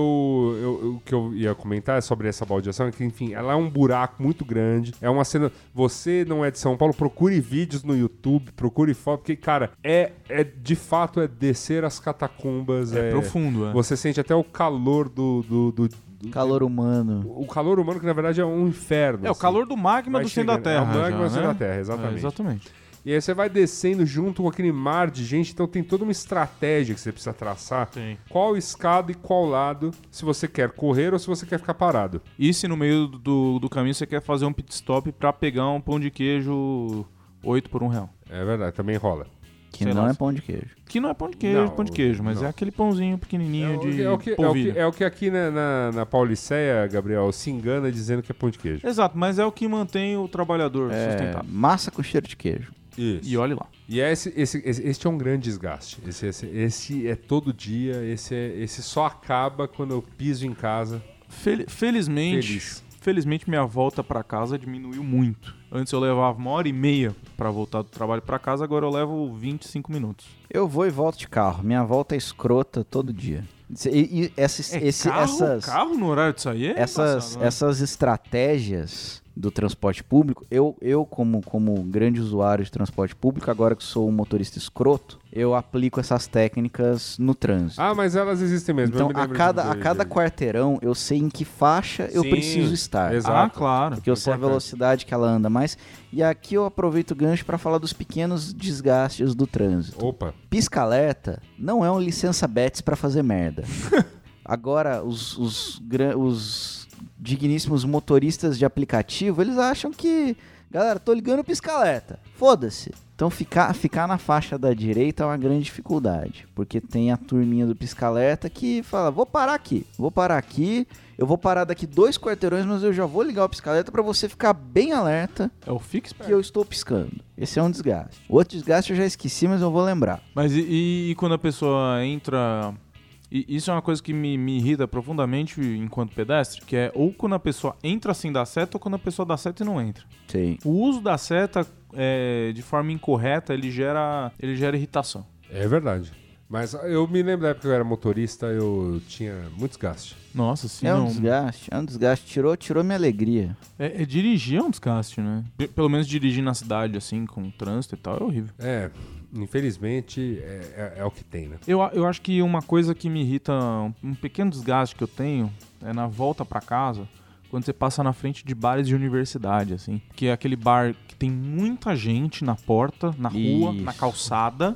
[SPEAKER 7] eu- eu- o que eu ia comentar sobre essa baldeação é que, enfim, ela é um buraco muito grande. É uma cena. Você não é de São Paulo, procure vídeos no YouTube, procure foto, porque, cara, é, é de fato é descer as catacumbas.
[SPEAKER 5] É profundo, é.
[SPEAKER 7] Você sente até o calor do. do- do- do-
[SPEAKER 4] Calor humano.
[SPEAKER 7] o calor humano, que na verdade é um inferno.
[SPEAKER 5] É o
[SPEAKER 7] assim.
[SPEAKER 5] calor do magma
[SPEAKER 7] Vai
[SPEAKER 5] do centro da
[SPEAKER 7] chegando, é
[SPEAKER 5] Terra.
[SPEAKER 7] o magma
[SPEAKER 5] já,
[SPEAKER 7] do centro
[SPEAKER 5] né?
[SPEAKER 7] da Terra, exatamente.
[SPEAKER 5] É, exatamente.
[SPEAKER 7] E aí você vai descendo junto com aquele mar de gente, então tem toda uma estratégia que você precisa traçar.
[SPEAKER 5] Tem.
[SPEAKER 7] Qual escada e qual lado, se você quer correr ou se você quer ficar parado.
[SPEAKER 5] E se no meio do, do caminho você quer fazer um pit stop pra pegar um pão de queijo 8 por 1 real?
[SPEAKER 7] É verdade, também rola.
[SPEAKER 4] Que
[SPEAKER 5] Sei
[SPEAKER 4] não
[SPEAKER 5] lá.
[SPEAKER 4] é pão de queijo.
[SPEAKER 5] Que não é pão de queijo,
[SPEAKER 7] Não,
[SPEAKER 5] pão de queijo, mas
[SPEAKER 7] não.
[SPEAKER 5] é aquele pãozinho pequenininho
[SPEAKER 7] o
[SPEAKER 5] de
[SPEAKER 7] que- é, o que, é, o que,
[SPEAKER 5] polvilho.
[SPEAKER 7] é o que aqui na, na, na Pauliceia, Gabriel, se engana dizendo que é pão de queijo.
[SPEAKER 5] Exato, mas é o que mantém o trabalhador
[SPEAKER 4] É,
[SPEAKER 5] sustentável.
[SPEAKER 4] massa com cheiro de queijo.
[SPEAKER 7] Isso.
[SPEAKER 5] E olhe lá.
[SPEAKER 7] E é esse, esse, esse- este é um grande desgaste. Esse, esse, esse é todo dia, esse, é, esse só acaba quando eu piso em casa.
[SPEAKER 5] Fel- felizmente,
[SPEAKER 7] Feliz.
[SPEAKER 5] felizmente minha volta pra casa diminuiu muito. Antes eu levava uma hora e meia pra voltar do trabalho pra casa, agora eu levo 25 minutos.
[SPEAKER 4] Eu vou e volto de carro. Minha volta é escrota todo dia. E, e essas,
[SPEAKER 5] É,
[SPEAKER 4] esse-
[SPEAKER 5] carro,
[SPEAKER 4] essas,
[SPEAKER 5] carro no horário de sair? É
[SPEAKER 4] essas,
[SPEAKER 5] embaçado, né?
[SPEAKER 4] essas estratégias do transporte público, eu, eu como, como grande usuário de transporte público, agora que sou um motorista escroto, eu aplico essas técnicas no trânsito.
[SPEAKER 7] Ah, mas elas existem mesmo. eu
[SPEAKER 4] então,
[SPEAKER 7] me
[SPEAKER 4] a
[SPEAKER 7] lembro de- um
[SPEAKER 4] cada, a
[SPEAKER 7] de-
[SPEAKER 4] cada
[SPEAKER 7] de-
[SPEAKER 4] quarteirão, eu sei em que faixa eu
[SPEAKER 7] Sim,
[SPEAKER 4] preciso estar.
[SPEAKER 7] exato.
[SPEAKER 5] Ah, claro.
[SPEAKER 4] Porque eu sei a
[SPEAKER 7] Importante.
[SPEAKER 4] velocidade que ela anda mais. E aqui eu aproveito o gancho para falar dos pequenos desgastes do trânsito.
[SPEAKER 7] Opa.
[SPEAKER 4] Pisca-alerta não é um licença bets pra fazer merda. Agora, os, os, gran- os digníssimos motoristas de aplicativo, eles acham que, galera, tô ligando o pisca-alerta. Foda-se. Então, ficar, ficar na faixa da direita é uma grande dificuldade, porque tem a turminha do pisca-alerta que fala, vou parar aqui, vou parar aqui, eu vou parar daqui dois quarteirões, mas eu já vou ligar o pisca-alerta pra você ficar bem alerta
[SPEAKER 5] É o fix
[SPEAKER 4] que eu estou piscando. Esse é um desgaste. Outro desgaste eu já esqueci, mas eu vou lembrar.
[SPEAKER 5] Mas e, e- e quando a pessoa entra. e isso é uma coisa que me, me irrita profundamente enquanto pedestre, que é ou quando a pessoa entra sem dar seta ou quando a pessoa dá seta e não entra.
[SPEAKER 4] Sim.
[SPEAKER 5] O uso da seta é, de forma incorreta, ele gera, ele gera irritação.
[SPEAKER 7] É verdade. Mas eu me lembro da época que eu era motorista, eu tinha muito desgaste.
[SPEAKER 5] Nossa, sim.
[SPEAKER 4] é um
[SPEAKER 5] não.
[SPEAKER 4] desgaste, é um desgaste. Tirou, tirou minha alegria.
[SPEAKER 5] É, é dirigir é um desgaste, né? P- Pelo menos dirigir na cidade, assim, com trânsito e tal, é horrível.
[SPEAKER 7] É, infelizmente, é, é- é o que tem, né?
[SPEAKER 5] Eu, a- eu acho que uma coisa que me irrita, um- um pequeno desgaste que eu tenho, é na volta pra casa, quando você passa na frente de bares de universidade, assim. Que é aquele bar que tem muita gente na porta, na rua,
[SPEAKER 4] Isso.
[SPEAKER 5] na calçada.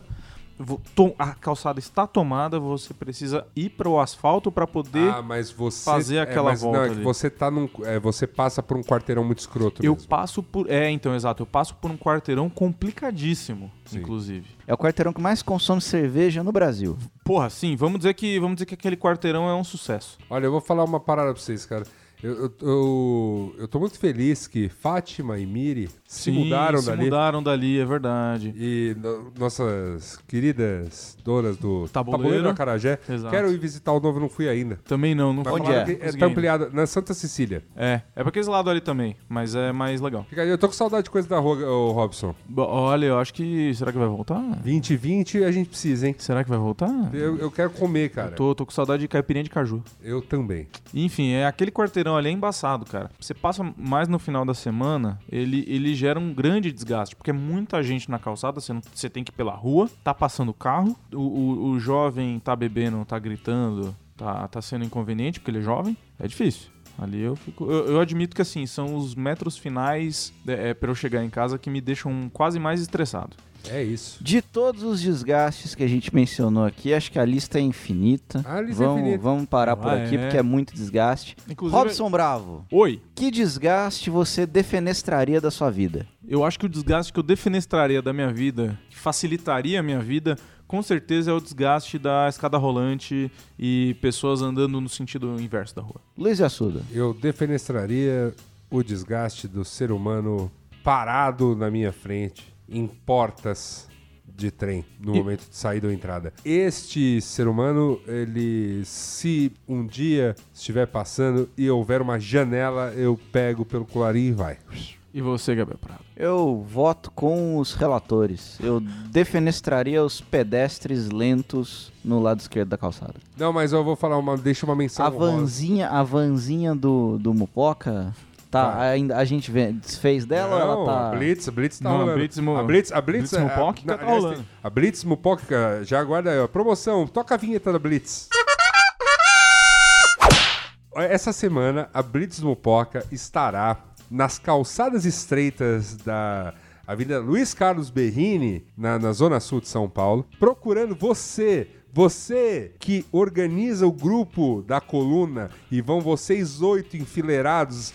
[SPEAKER 5] Vo- to- A calçada está tomada, você precisa ir pro asfalto pra poder.
[SPEAKER 7] Ah, mas você...
[SPEAKER 5] fazer aquela
[SPEAKER 7] mas
[SPEAKER 5] volta
[SPEAKER 7] é que
[SPEAKER 5] ali.
[SPEAKER 7] você, tá num, é, você passa por um quarteirão muito escroto
[SPEAKER 5] eu
[SPEAKER 7] mesmo.
[SPEAKER 5] passo por. É, então, exato. Eu passo por um quarteirão complicadíssimo,
[SPEAKER 7] Sim.
[SPEAKER 5] inclusive.
[SPEAKER 4] É o quarteirão que mais consome cerveja no Brasil.
[SPEAKER 5] Porra, sim, vamos dizer que vamos dizer que aquele quarteirão é um sucesso.
[SPEAKER 7] Olha, eu vou falar uma parada pra vocês, cara. Eu, eu, eu, eu tô muito feliz que Fátima e Miri se mudaram
[SPEAKER 5] se
[SPEAKER 7] dali.
[SPEAKER 5] mudaram dali, é verdade.
[SPEAKER 7] E no- nossas queridas donas do
[SPEAKER 5] Tabuleiro.
[SPEAKER 7] do Acarajé.
[SPEAKER 5] Exato.
[SPEAKER 7] Quero ir visitar o novo, não fui ainda.
[SPEAKER 5] Também não, não
[SPEAKER 7] Mas
[SPEAKER 4] Onde
[SPEAKER 7] falaram
[SPEAKER 4] é?
[SPEAKER 7] que É
[SPEAKER 5] Consegui
[SPEAKER 7] tá
[SPEAKER 5] ainda.
[SPEAKER 7] ampliada na Santa Cecília.
[SPEAKER 5] É, é pra aquele lado ali também, mas é mais legal.
[SPEAKER 7] Fica aí, Eu tô com saudade de coisa da rua, ô, Robson.
[SPEAKER 5] Bo- Olha, eu acho que. Será que vai voltar?
[SPEAKER 7] 2020 a gente precisa, hein?
[SPEAKER 5] Será que vai voltar?
[SPEAKER 7] Eu, eu quero comer, cara. Eu,
[SPEAKER 5] Tô, tô com saudade de caipirinha de caju.
[SPEAKER 7] também.
[SPEAKER 5] Enfim, é aquele quarteirão ali é embaçado, cara. Você passa mais no final da semana, ele, ele gera um grande desgaste, porque é muita gente na calçada, você, não- você tem que ir pela rua, tá passando carro, o, o, o jovem tá bebendo, tá gritando, tá, tá sendo inconveniente, porque ele é jovem, é difícil. Ali eu fico. Eu, eu admito que assim, são os metros finais é, é, pra eu chegar em casa que me deixam quase mais estressado.
[SPEAKER 7] É isso.
[SPEAKER 4] De todos os desgastes que a gente mencionou aqui, acho que a lista é infinita.
[SPEAKER 7] A lista é
[SPEAKER 4] vamos,
[SPEAKER 7] infinita.
[SPEAKER 4] vamos parar por
[SPEAKER 5] Ah,
[SPEAKER 4] aqui,
[SPEAKER 5] é.
[SPEAKER 4] porque é muito desgaste.
[SPEAKER 5] Inclusive-
[SPEAKER 4] Robson Bravo,
[SPEAKER 5] Oi!
[SPEAKER 4] que desgaste você defenestraria da sua vida?
[SPEAKER 5] Eu acho que o desgaste que eu defenestraria da minha vida, que facilitaria a minha vida, com certeza é o desgaste da escada rolante e pessoas andando no sentido inverso da rua.
[SPEAKER 4] Luiz de Assuda.
[SPEAKER 7] Eu defenestraria o desgaste do ser humano parado na minha frente em portas de trem no momento de saída ou entrada. Este ser humano, ele se um dia estiver passando e houver uma janela, eu pego pelo colarinho e vai.
[SPEAKER 5] E você, Gabriel Prado?
[SPEAKER 4] Eu voto com os relatores. Eu defenestraria os pedestres lentos no lado esquerdo da calçada.
[SPEAKER 7] Não, mas eu vou falar uma, deixa uma menção
[SPEAKER 4] a
[SPEAKER 7] honrosa.
[SPEAKER 4] vanzinha, a vanzinha do, do Mupoca, tá,
[SPEAKER 7] Tá.
[SPEAKER 4] ainda a gente vê- desfez dela
[SPEAKER 7] Não,
[SPEAKER 4] ou ela tá...
[SPEAKER 7] a Blitz, a Blitz tá
[SPEAKER 5] Não, a
[SPEAKER 7] rolando.
[SPEAKER 5] Blitz Mo-
[SPEAKER 7] a Blitz, a Blitz,
[SPEAKER 5] Blitz Mopoca
[SPEAKER 7] a,
[SPEAKER 5] que
[SPEAKER 7] não,
[SPEAKER 5] tá
[SPEAKER 7] aliás,
[SPEAKER 5] rolando.
[SPEAKER 7] tem- A Blitz Mupoca, já aguarda aí, ó. Promoção, toca a vinheta da Blitz. Essa semana, a Blitz Mupoca estará nas calçadas estreitas da Avenida Luiz Carlos Berrini, na, na Zona Sul de São Paulo, procurando você. Você que organiza o grupo da coluna e vão vocês oito enfileirados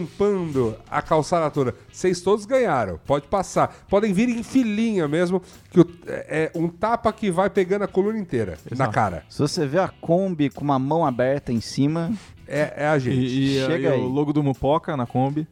[SPEAKER 7] tampando a calçada toda. Vocês todos ganharam, pode passar. Podem vir em filinha mesmo, que o- é é um tapa que vai pegando a coluna inteira na
[SPEAKER 5] Exato.
[SPEAKER 7] cara.
[SPEAKER 4] Se você vê a Kombi com uma mão aberta em cima,
[SPEAKER 7] É, é a gente.
[SPEAKER 5] E, e-
[SPEAKER 4] chega
[SPEAKER 5] e
[SPEAKER 4] aí.
[SPEAKER 5] o logo do Mupoca na Kombi.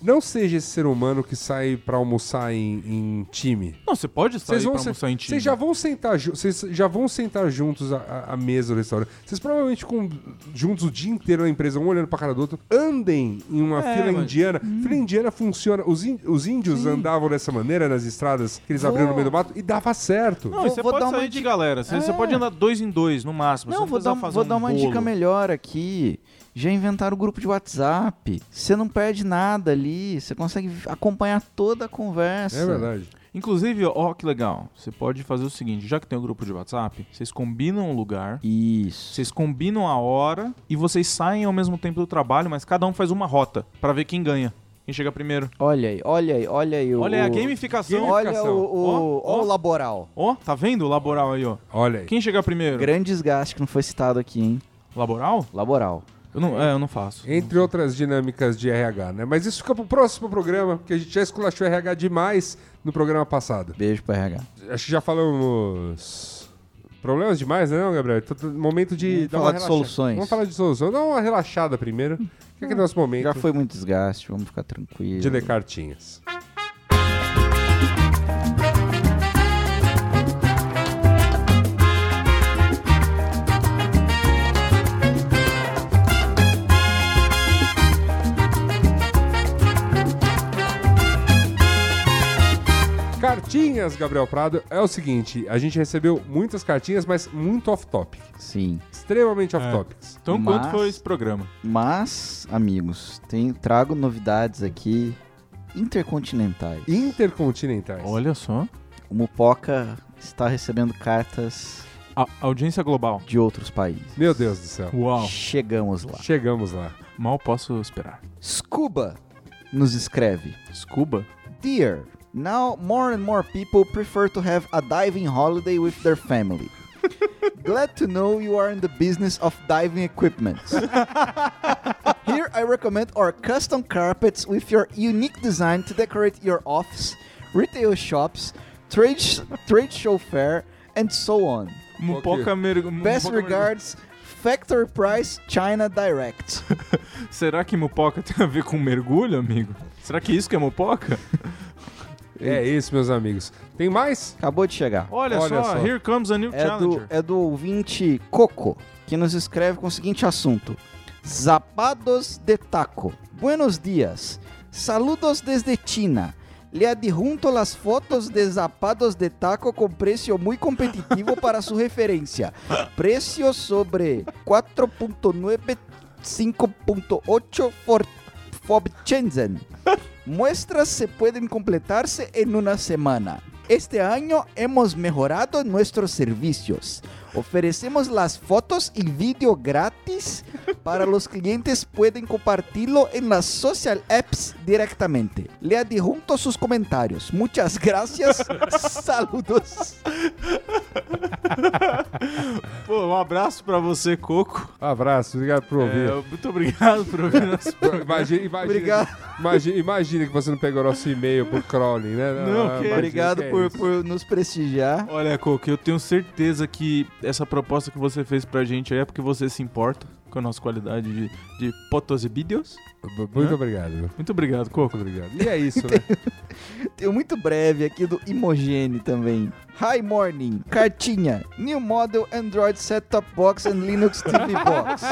[SPEAKER 7] Não seja esse ser humano que sai pra almoçar em, em time.
[SPEAKER 5] Não, você pode sair
[SPEAKER 7] Vocês
[SPEAKER 5] pra
[SPEAKER 7] vão
[SPEAKER 5] almoçar
[SPEAKER 7] sen-
[SPEAKER 5] em time.
[SPEAKER 7] vocês já vão sentar, ju- vocês já vão sentar juntos à- à à mesa do restaurante. Vocês provavelmente ficam juntos o dia inteiro na empresa, um olhando pra cara do outro. Andem em uma
[SPEAKER 5] É,
[SPEAKER 7] fila
[SPEAKER 5] mas-
[SPEAKER 7] indiana. Fila indiana funciona. Os, in- os índios andavam dessa maneira nas estradas que eles abriam no meio do mato e dava certo.
[SPEAKER 5] Não,
[SPEAKER 4] Vou-
[SPEAKER 5] e você
[SPEAKER 4] vou
[SPEAKER 5] pode
[SPEAKER 4] dar uma
[SPEAKER 5] sair de
[SPEAKER 4] dica-
[SPEAKER 5] galera. Você,
[SPEAKER 4] É.
[SPEAKER 5] você pode andar dois em dois, no máximo. Você
[SPEAKER 4] Não, vou
[SPEAKER 5] precisa
[SPEAKER 4] dar,
[SPEAKER 5] fazer
[SPEAKER 4] vou
[SPEAKER 5] um
[SPEAKER 4] dar uma
[SPEAKER 5] bolo.
[SPEAKER 4] dica melhor aqui. Já inventaram o grupo de WhatsApp. Você não perde nada ali. Você consegue acompanhar toda a conversa.
[SPEAKER 7] É verdade.
[SPEAKER 5] Inclusive, ó, ó, que legal. Você pode fazer o seguinte: já que tem o grupo de WhatsApp, vocês combinam um lugar.
[SPEAKER 4] Isso.
[SPEAKER 5] Vocês combinam a hora e vocês saem ao mesmo tempo do trabalho, mas cada um faz uma rota pra ver quem ganha, quem chega primeiro.
[SPEAKER 4] Olha aí, olha aí, olha aí. o-
[SPEAKER 5] Olha aí a
[SPEAKER 4] o-
[SPEAKER 5] gamificação.
[SPEAKER 4] Olha o, o,
[SPEAKER 5] Ó, ó.
[SPEAKER 4] ó o laboral.
[SPEAKER 5] Ó, tá vendo o laboral aí, ó?
[SPEAKER 7] Olha aí.
[SPEAKER 5] Quem chega primeiro?
[SPEAKER 4] Grande desgaste que não foi citado aqui, hein?
[SPEAKER 5] Laboral?
[SPEAKER 4] Laboral.
[SPEAKER 5] Eu não, é, eu não faço.
[SPEAKER 7] Entre outras dinâmicas de RH, né? Mas isso fica pro próximo programa, porque a gente já esculachou RH demais no programa passado.
[SPEAKER 4] Beijo pro RH.
[SPEAKER 7] Acho que já falamos. Problemas demais, né, não, Gabriel? Tô- tô- Momento de.
[SPEAKER 4] Vamos
[SPEAKER 7] dar
[SPEAKER 4] falar
[SPEAKER 7] uma
[SPEAKER 4] de
[SPEAKER 7] relaxa-
[SPEAKER 4] soluções.
[SPEAKER 7] Vamos falar de solução. Dá uma relaxada primeiro. que é que é nosso momento
[SPEAKER 4] Já foi muito desgaste, vamos ficar tranquilo.
[SPEAKER 7] de ler cartinhas. cartinhas, Gabriel Prado, é o seguinte: a gente recebeu muitas cartinhas, mas muito off-topic.
[SPEAKER 4] Sim.
[SPEAKER 7] Extremamente off-topics.
[SPEAKER 5] Então,
[SPEAKER 4] Mas-
[SPEAKER 5] quanto foi esse programa?
[SPEAKER 4] Mas, amigos, tem, trago novidades aqui intercontinentais.
[SPEAKER 7] Intercontinentais.
[SPEAKER 5] Olha só.
[SPEAKER 4] O Mupoca está recebendo cartas
[SPEAKER 5] A audiência global.
[SPEAKER 4] de outros países.
[SPEAKER 7] Meu Deus do céu.
[SPEAKER 5] Uau.
[SPEAKER 4] Chegamos lá.
[SPEAKER 7] Chegamos lá.
[SPEAKER 5] Mal posso esperar.
[SPEAKER 4] Scuba nos escreve.
[SPEAKER 5] Scuba?
[SPEAKER 4] Dear, now more and more people prefer to have a diving holiday with their family. Glad to know you are in the business of diving equipment. Here I recommend our custom carpets with your unique design to decorate your office, retail shops, trade, sh- trade show fair, and so on.
[SPEAKER 5] Mupoca mergu-
[SPEAKER 4] Best
[SPEAKER 5] Mupoca mergu-
[SPEAKER 4] regards, Factor Price China Direct.
[SPEAKER 5] Será que mupoca tem a ver com mergulho, amigo? Será que isso que é mupoca?
[SPEAKER 7] É isso, meus amigos. Tem mais?
[SPEAKER 4] Acabou de chegar.
[SPEAKER 5] Olha,
[SPEAKER 7] Olha
[SPEAKER 5] só,
[SPEAKER 7] só.
[SPEAKER 5] here comes a new
[SPEAKER 4] é do,
[SPEAKER 5] challenger.
[SPEAKER 4] é do ouvinte Coco, que nos escreve com o seguinte assunto: Zapados de taco. Buenos dias. Saludos desde China. Le adjunto las fotos de zapatos de taco con precio muy competitivo para su referencia. Precio sobre 4.9, 5.8 for Fobchenzen. Muestras se pueden completarse en una semana. Este año hemos mejorado nuestros servicios. Ofrecemos las fotos y vídeo gratis para los clientes pueden compartirlo en las social apps directamente. Le adjunto sus comentarios. Muchas gracias. Saludos.
[SPEAKER 5] Pô, um abraço pra você, Coco.
[SPEAKER 7] Abraço, obrigado por ouvir.
[SPEAKER 5] É, muito obrigado por ouvir nosso programa.
[SPEAKER 7] Imagina, imagina,
[SPEAKER 4] Obrigado.
[SPEAKER 7] Imagina, imagina que você não pegou nosso e-mail por crawling, né?
[SPEAKER 5] Não, que-
[SPEAKER 7] imagina,
[SPEAKER 4] Obrigado
[SPEAKER 7] que é
[SPEAKER 4] por,
[SPEAKER 7] isso.
[SPEAKER 4] por nos prestigiar.
[SPEAKER 5] Olha, Coco, eu tenho certeza que essa proposta que você fez pra gente aí é porque você se importa com a nossa qualidade de, de fotos e vídeos.
[SPEAKER 7] B- Muito obrigado. Muito
[SPEAKER 5] Muito obrigado, Coco.
[SPEAKER 7] obrigado. E é isso, né?
[SPEAKER 4] Tem um muito breve aqui do Imogene também. Hi Morning, cartinha, new model Android set-top box and Linux TV box.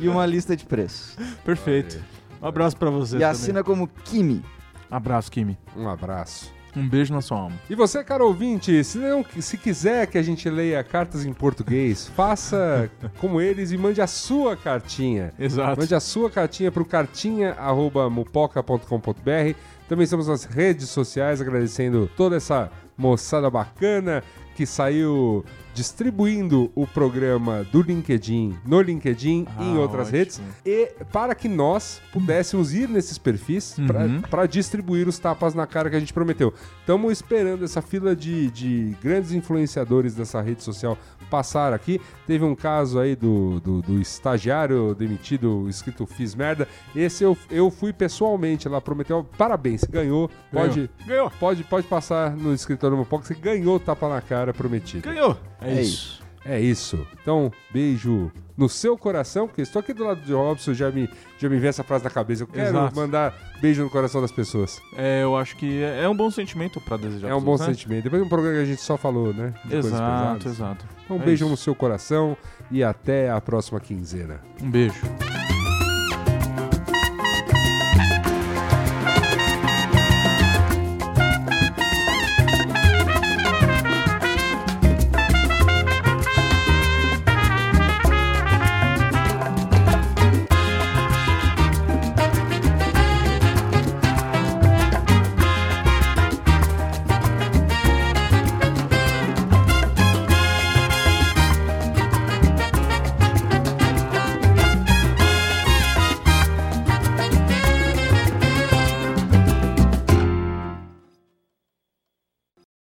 [SPEAKER 4] e uma lista de preços.
[SPEAKER 5] Perfeito. Um abraço pra você
[SPEAKER 4] E
[SPEAKER 5] também.
[SPEAKER 4] assina como Kimi.
[SPEAKER 5] Abraço, Kimi.
[SPEAKER 7] Um abraço.
[SPEAKER 5] Um beijo na sua alma.
[SPEAKER 7] E você, cara ouvinte, se, não, se quiser que a gente leia cartas em português, faça como eles e mande a sua cartinha.
[SPEAKER 5] Exato.
[SPEAKER 7] Mande a sua cartinha para o cartinha.mupoca.com.br. Também estamos nas redes sociais agradecendo toda essa moçada bacana que saiu distribuindo o programa do LinkedIn no LinkedIn e em
[SPEAKER 5] Ah,
[SPEAKER 7] outras
[SPEAKER 5] ótimo.
[SPEAKER 7] redes. E para que nós pudéssemos ir nesses perfis
[SPEAKER 5] Uhum.
[SPEAKER 7] para distribuir os tapas na cara que a gente prometeu. Estamos esperando essa fila de, de grandes influenciadores dessa rede social passar aqui. Teve um caso aí do, do, do estagiário demitido, escrito Fiz Merda. Esse eu, eu fui pessoalmente lá, prometeu. Parabéns, ganhou. Pode,
[SPEAKER 5] Ganhou.
[SPEAKER 7] Pode, pode passar no escritório Mopox e ganhou o tapa na cara prometido.
[SPEAKER 5] Ganhou.
[SPEAKER 4] É, isso.
[SPEAKER 7] É isso. Então, beijo no seu coração, porque estou aqui do lado de Robson, já me, já me vê essa frase na cabeça. Eu quero
[SPEAKER 5] Exato.
[SPEAKER 7] mandar beijo no coração das pessoas.
[SPEAKER 5] É, eu acho que é é um bom sentimento pra desejar.
[SPEAKER 7] é
[SPEAKER 5] pros
[SPEAKER 7] um bom
[SPEAKER 5] outros, né?
[SPEAKER 7] sentimento. Depois de um programa que a gente só falou, né? de coisas pesadas.
[SPEAKER 5] Exato, exato.
[SPEAKER 7] Então,
[SPEAKER 5] É
[SPEAKER 7] beijo
[SPEAKER 5] isso.
[SPEAKER 7] no seu coração e até a próxima quinzena.
[SPEAKER 5] Um beijo.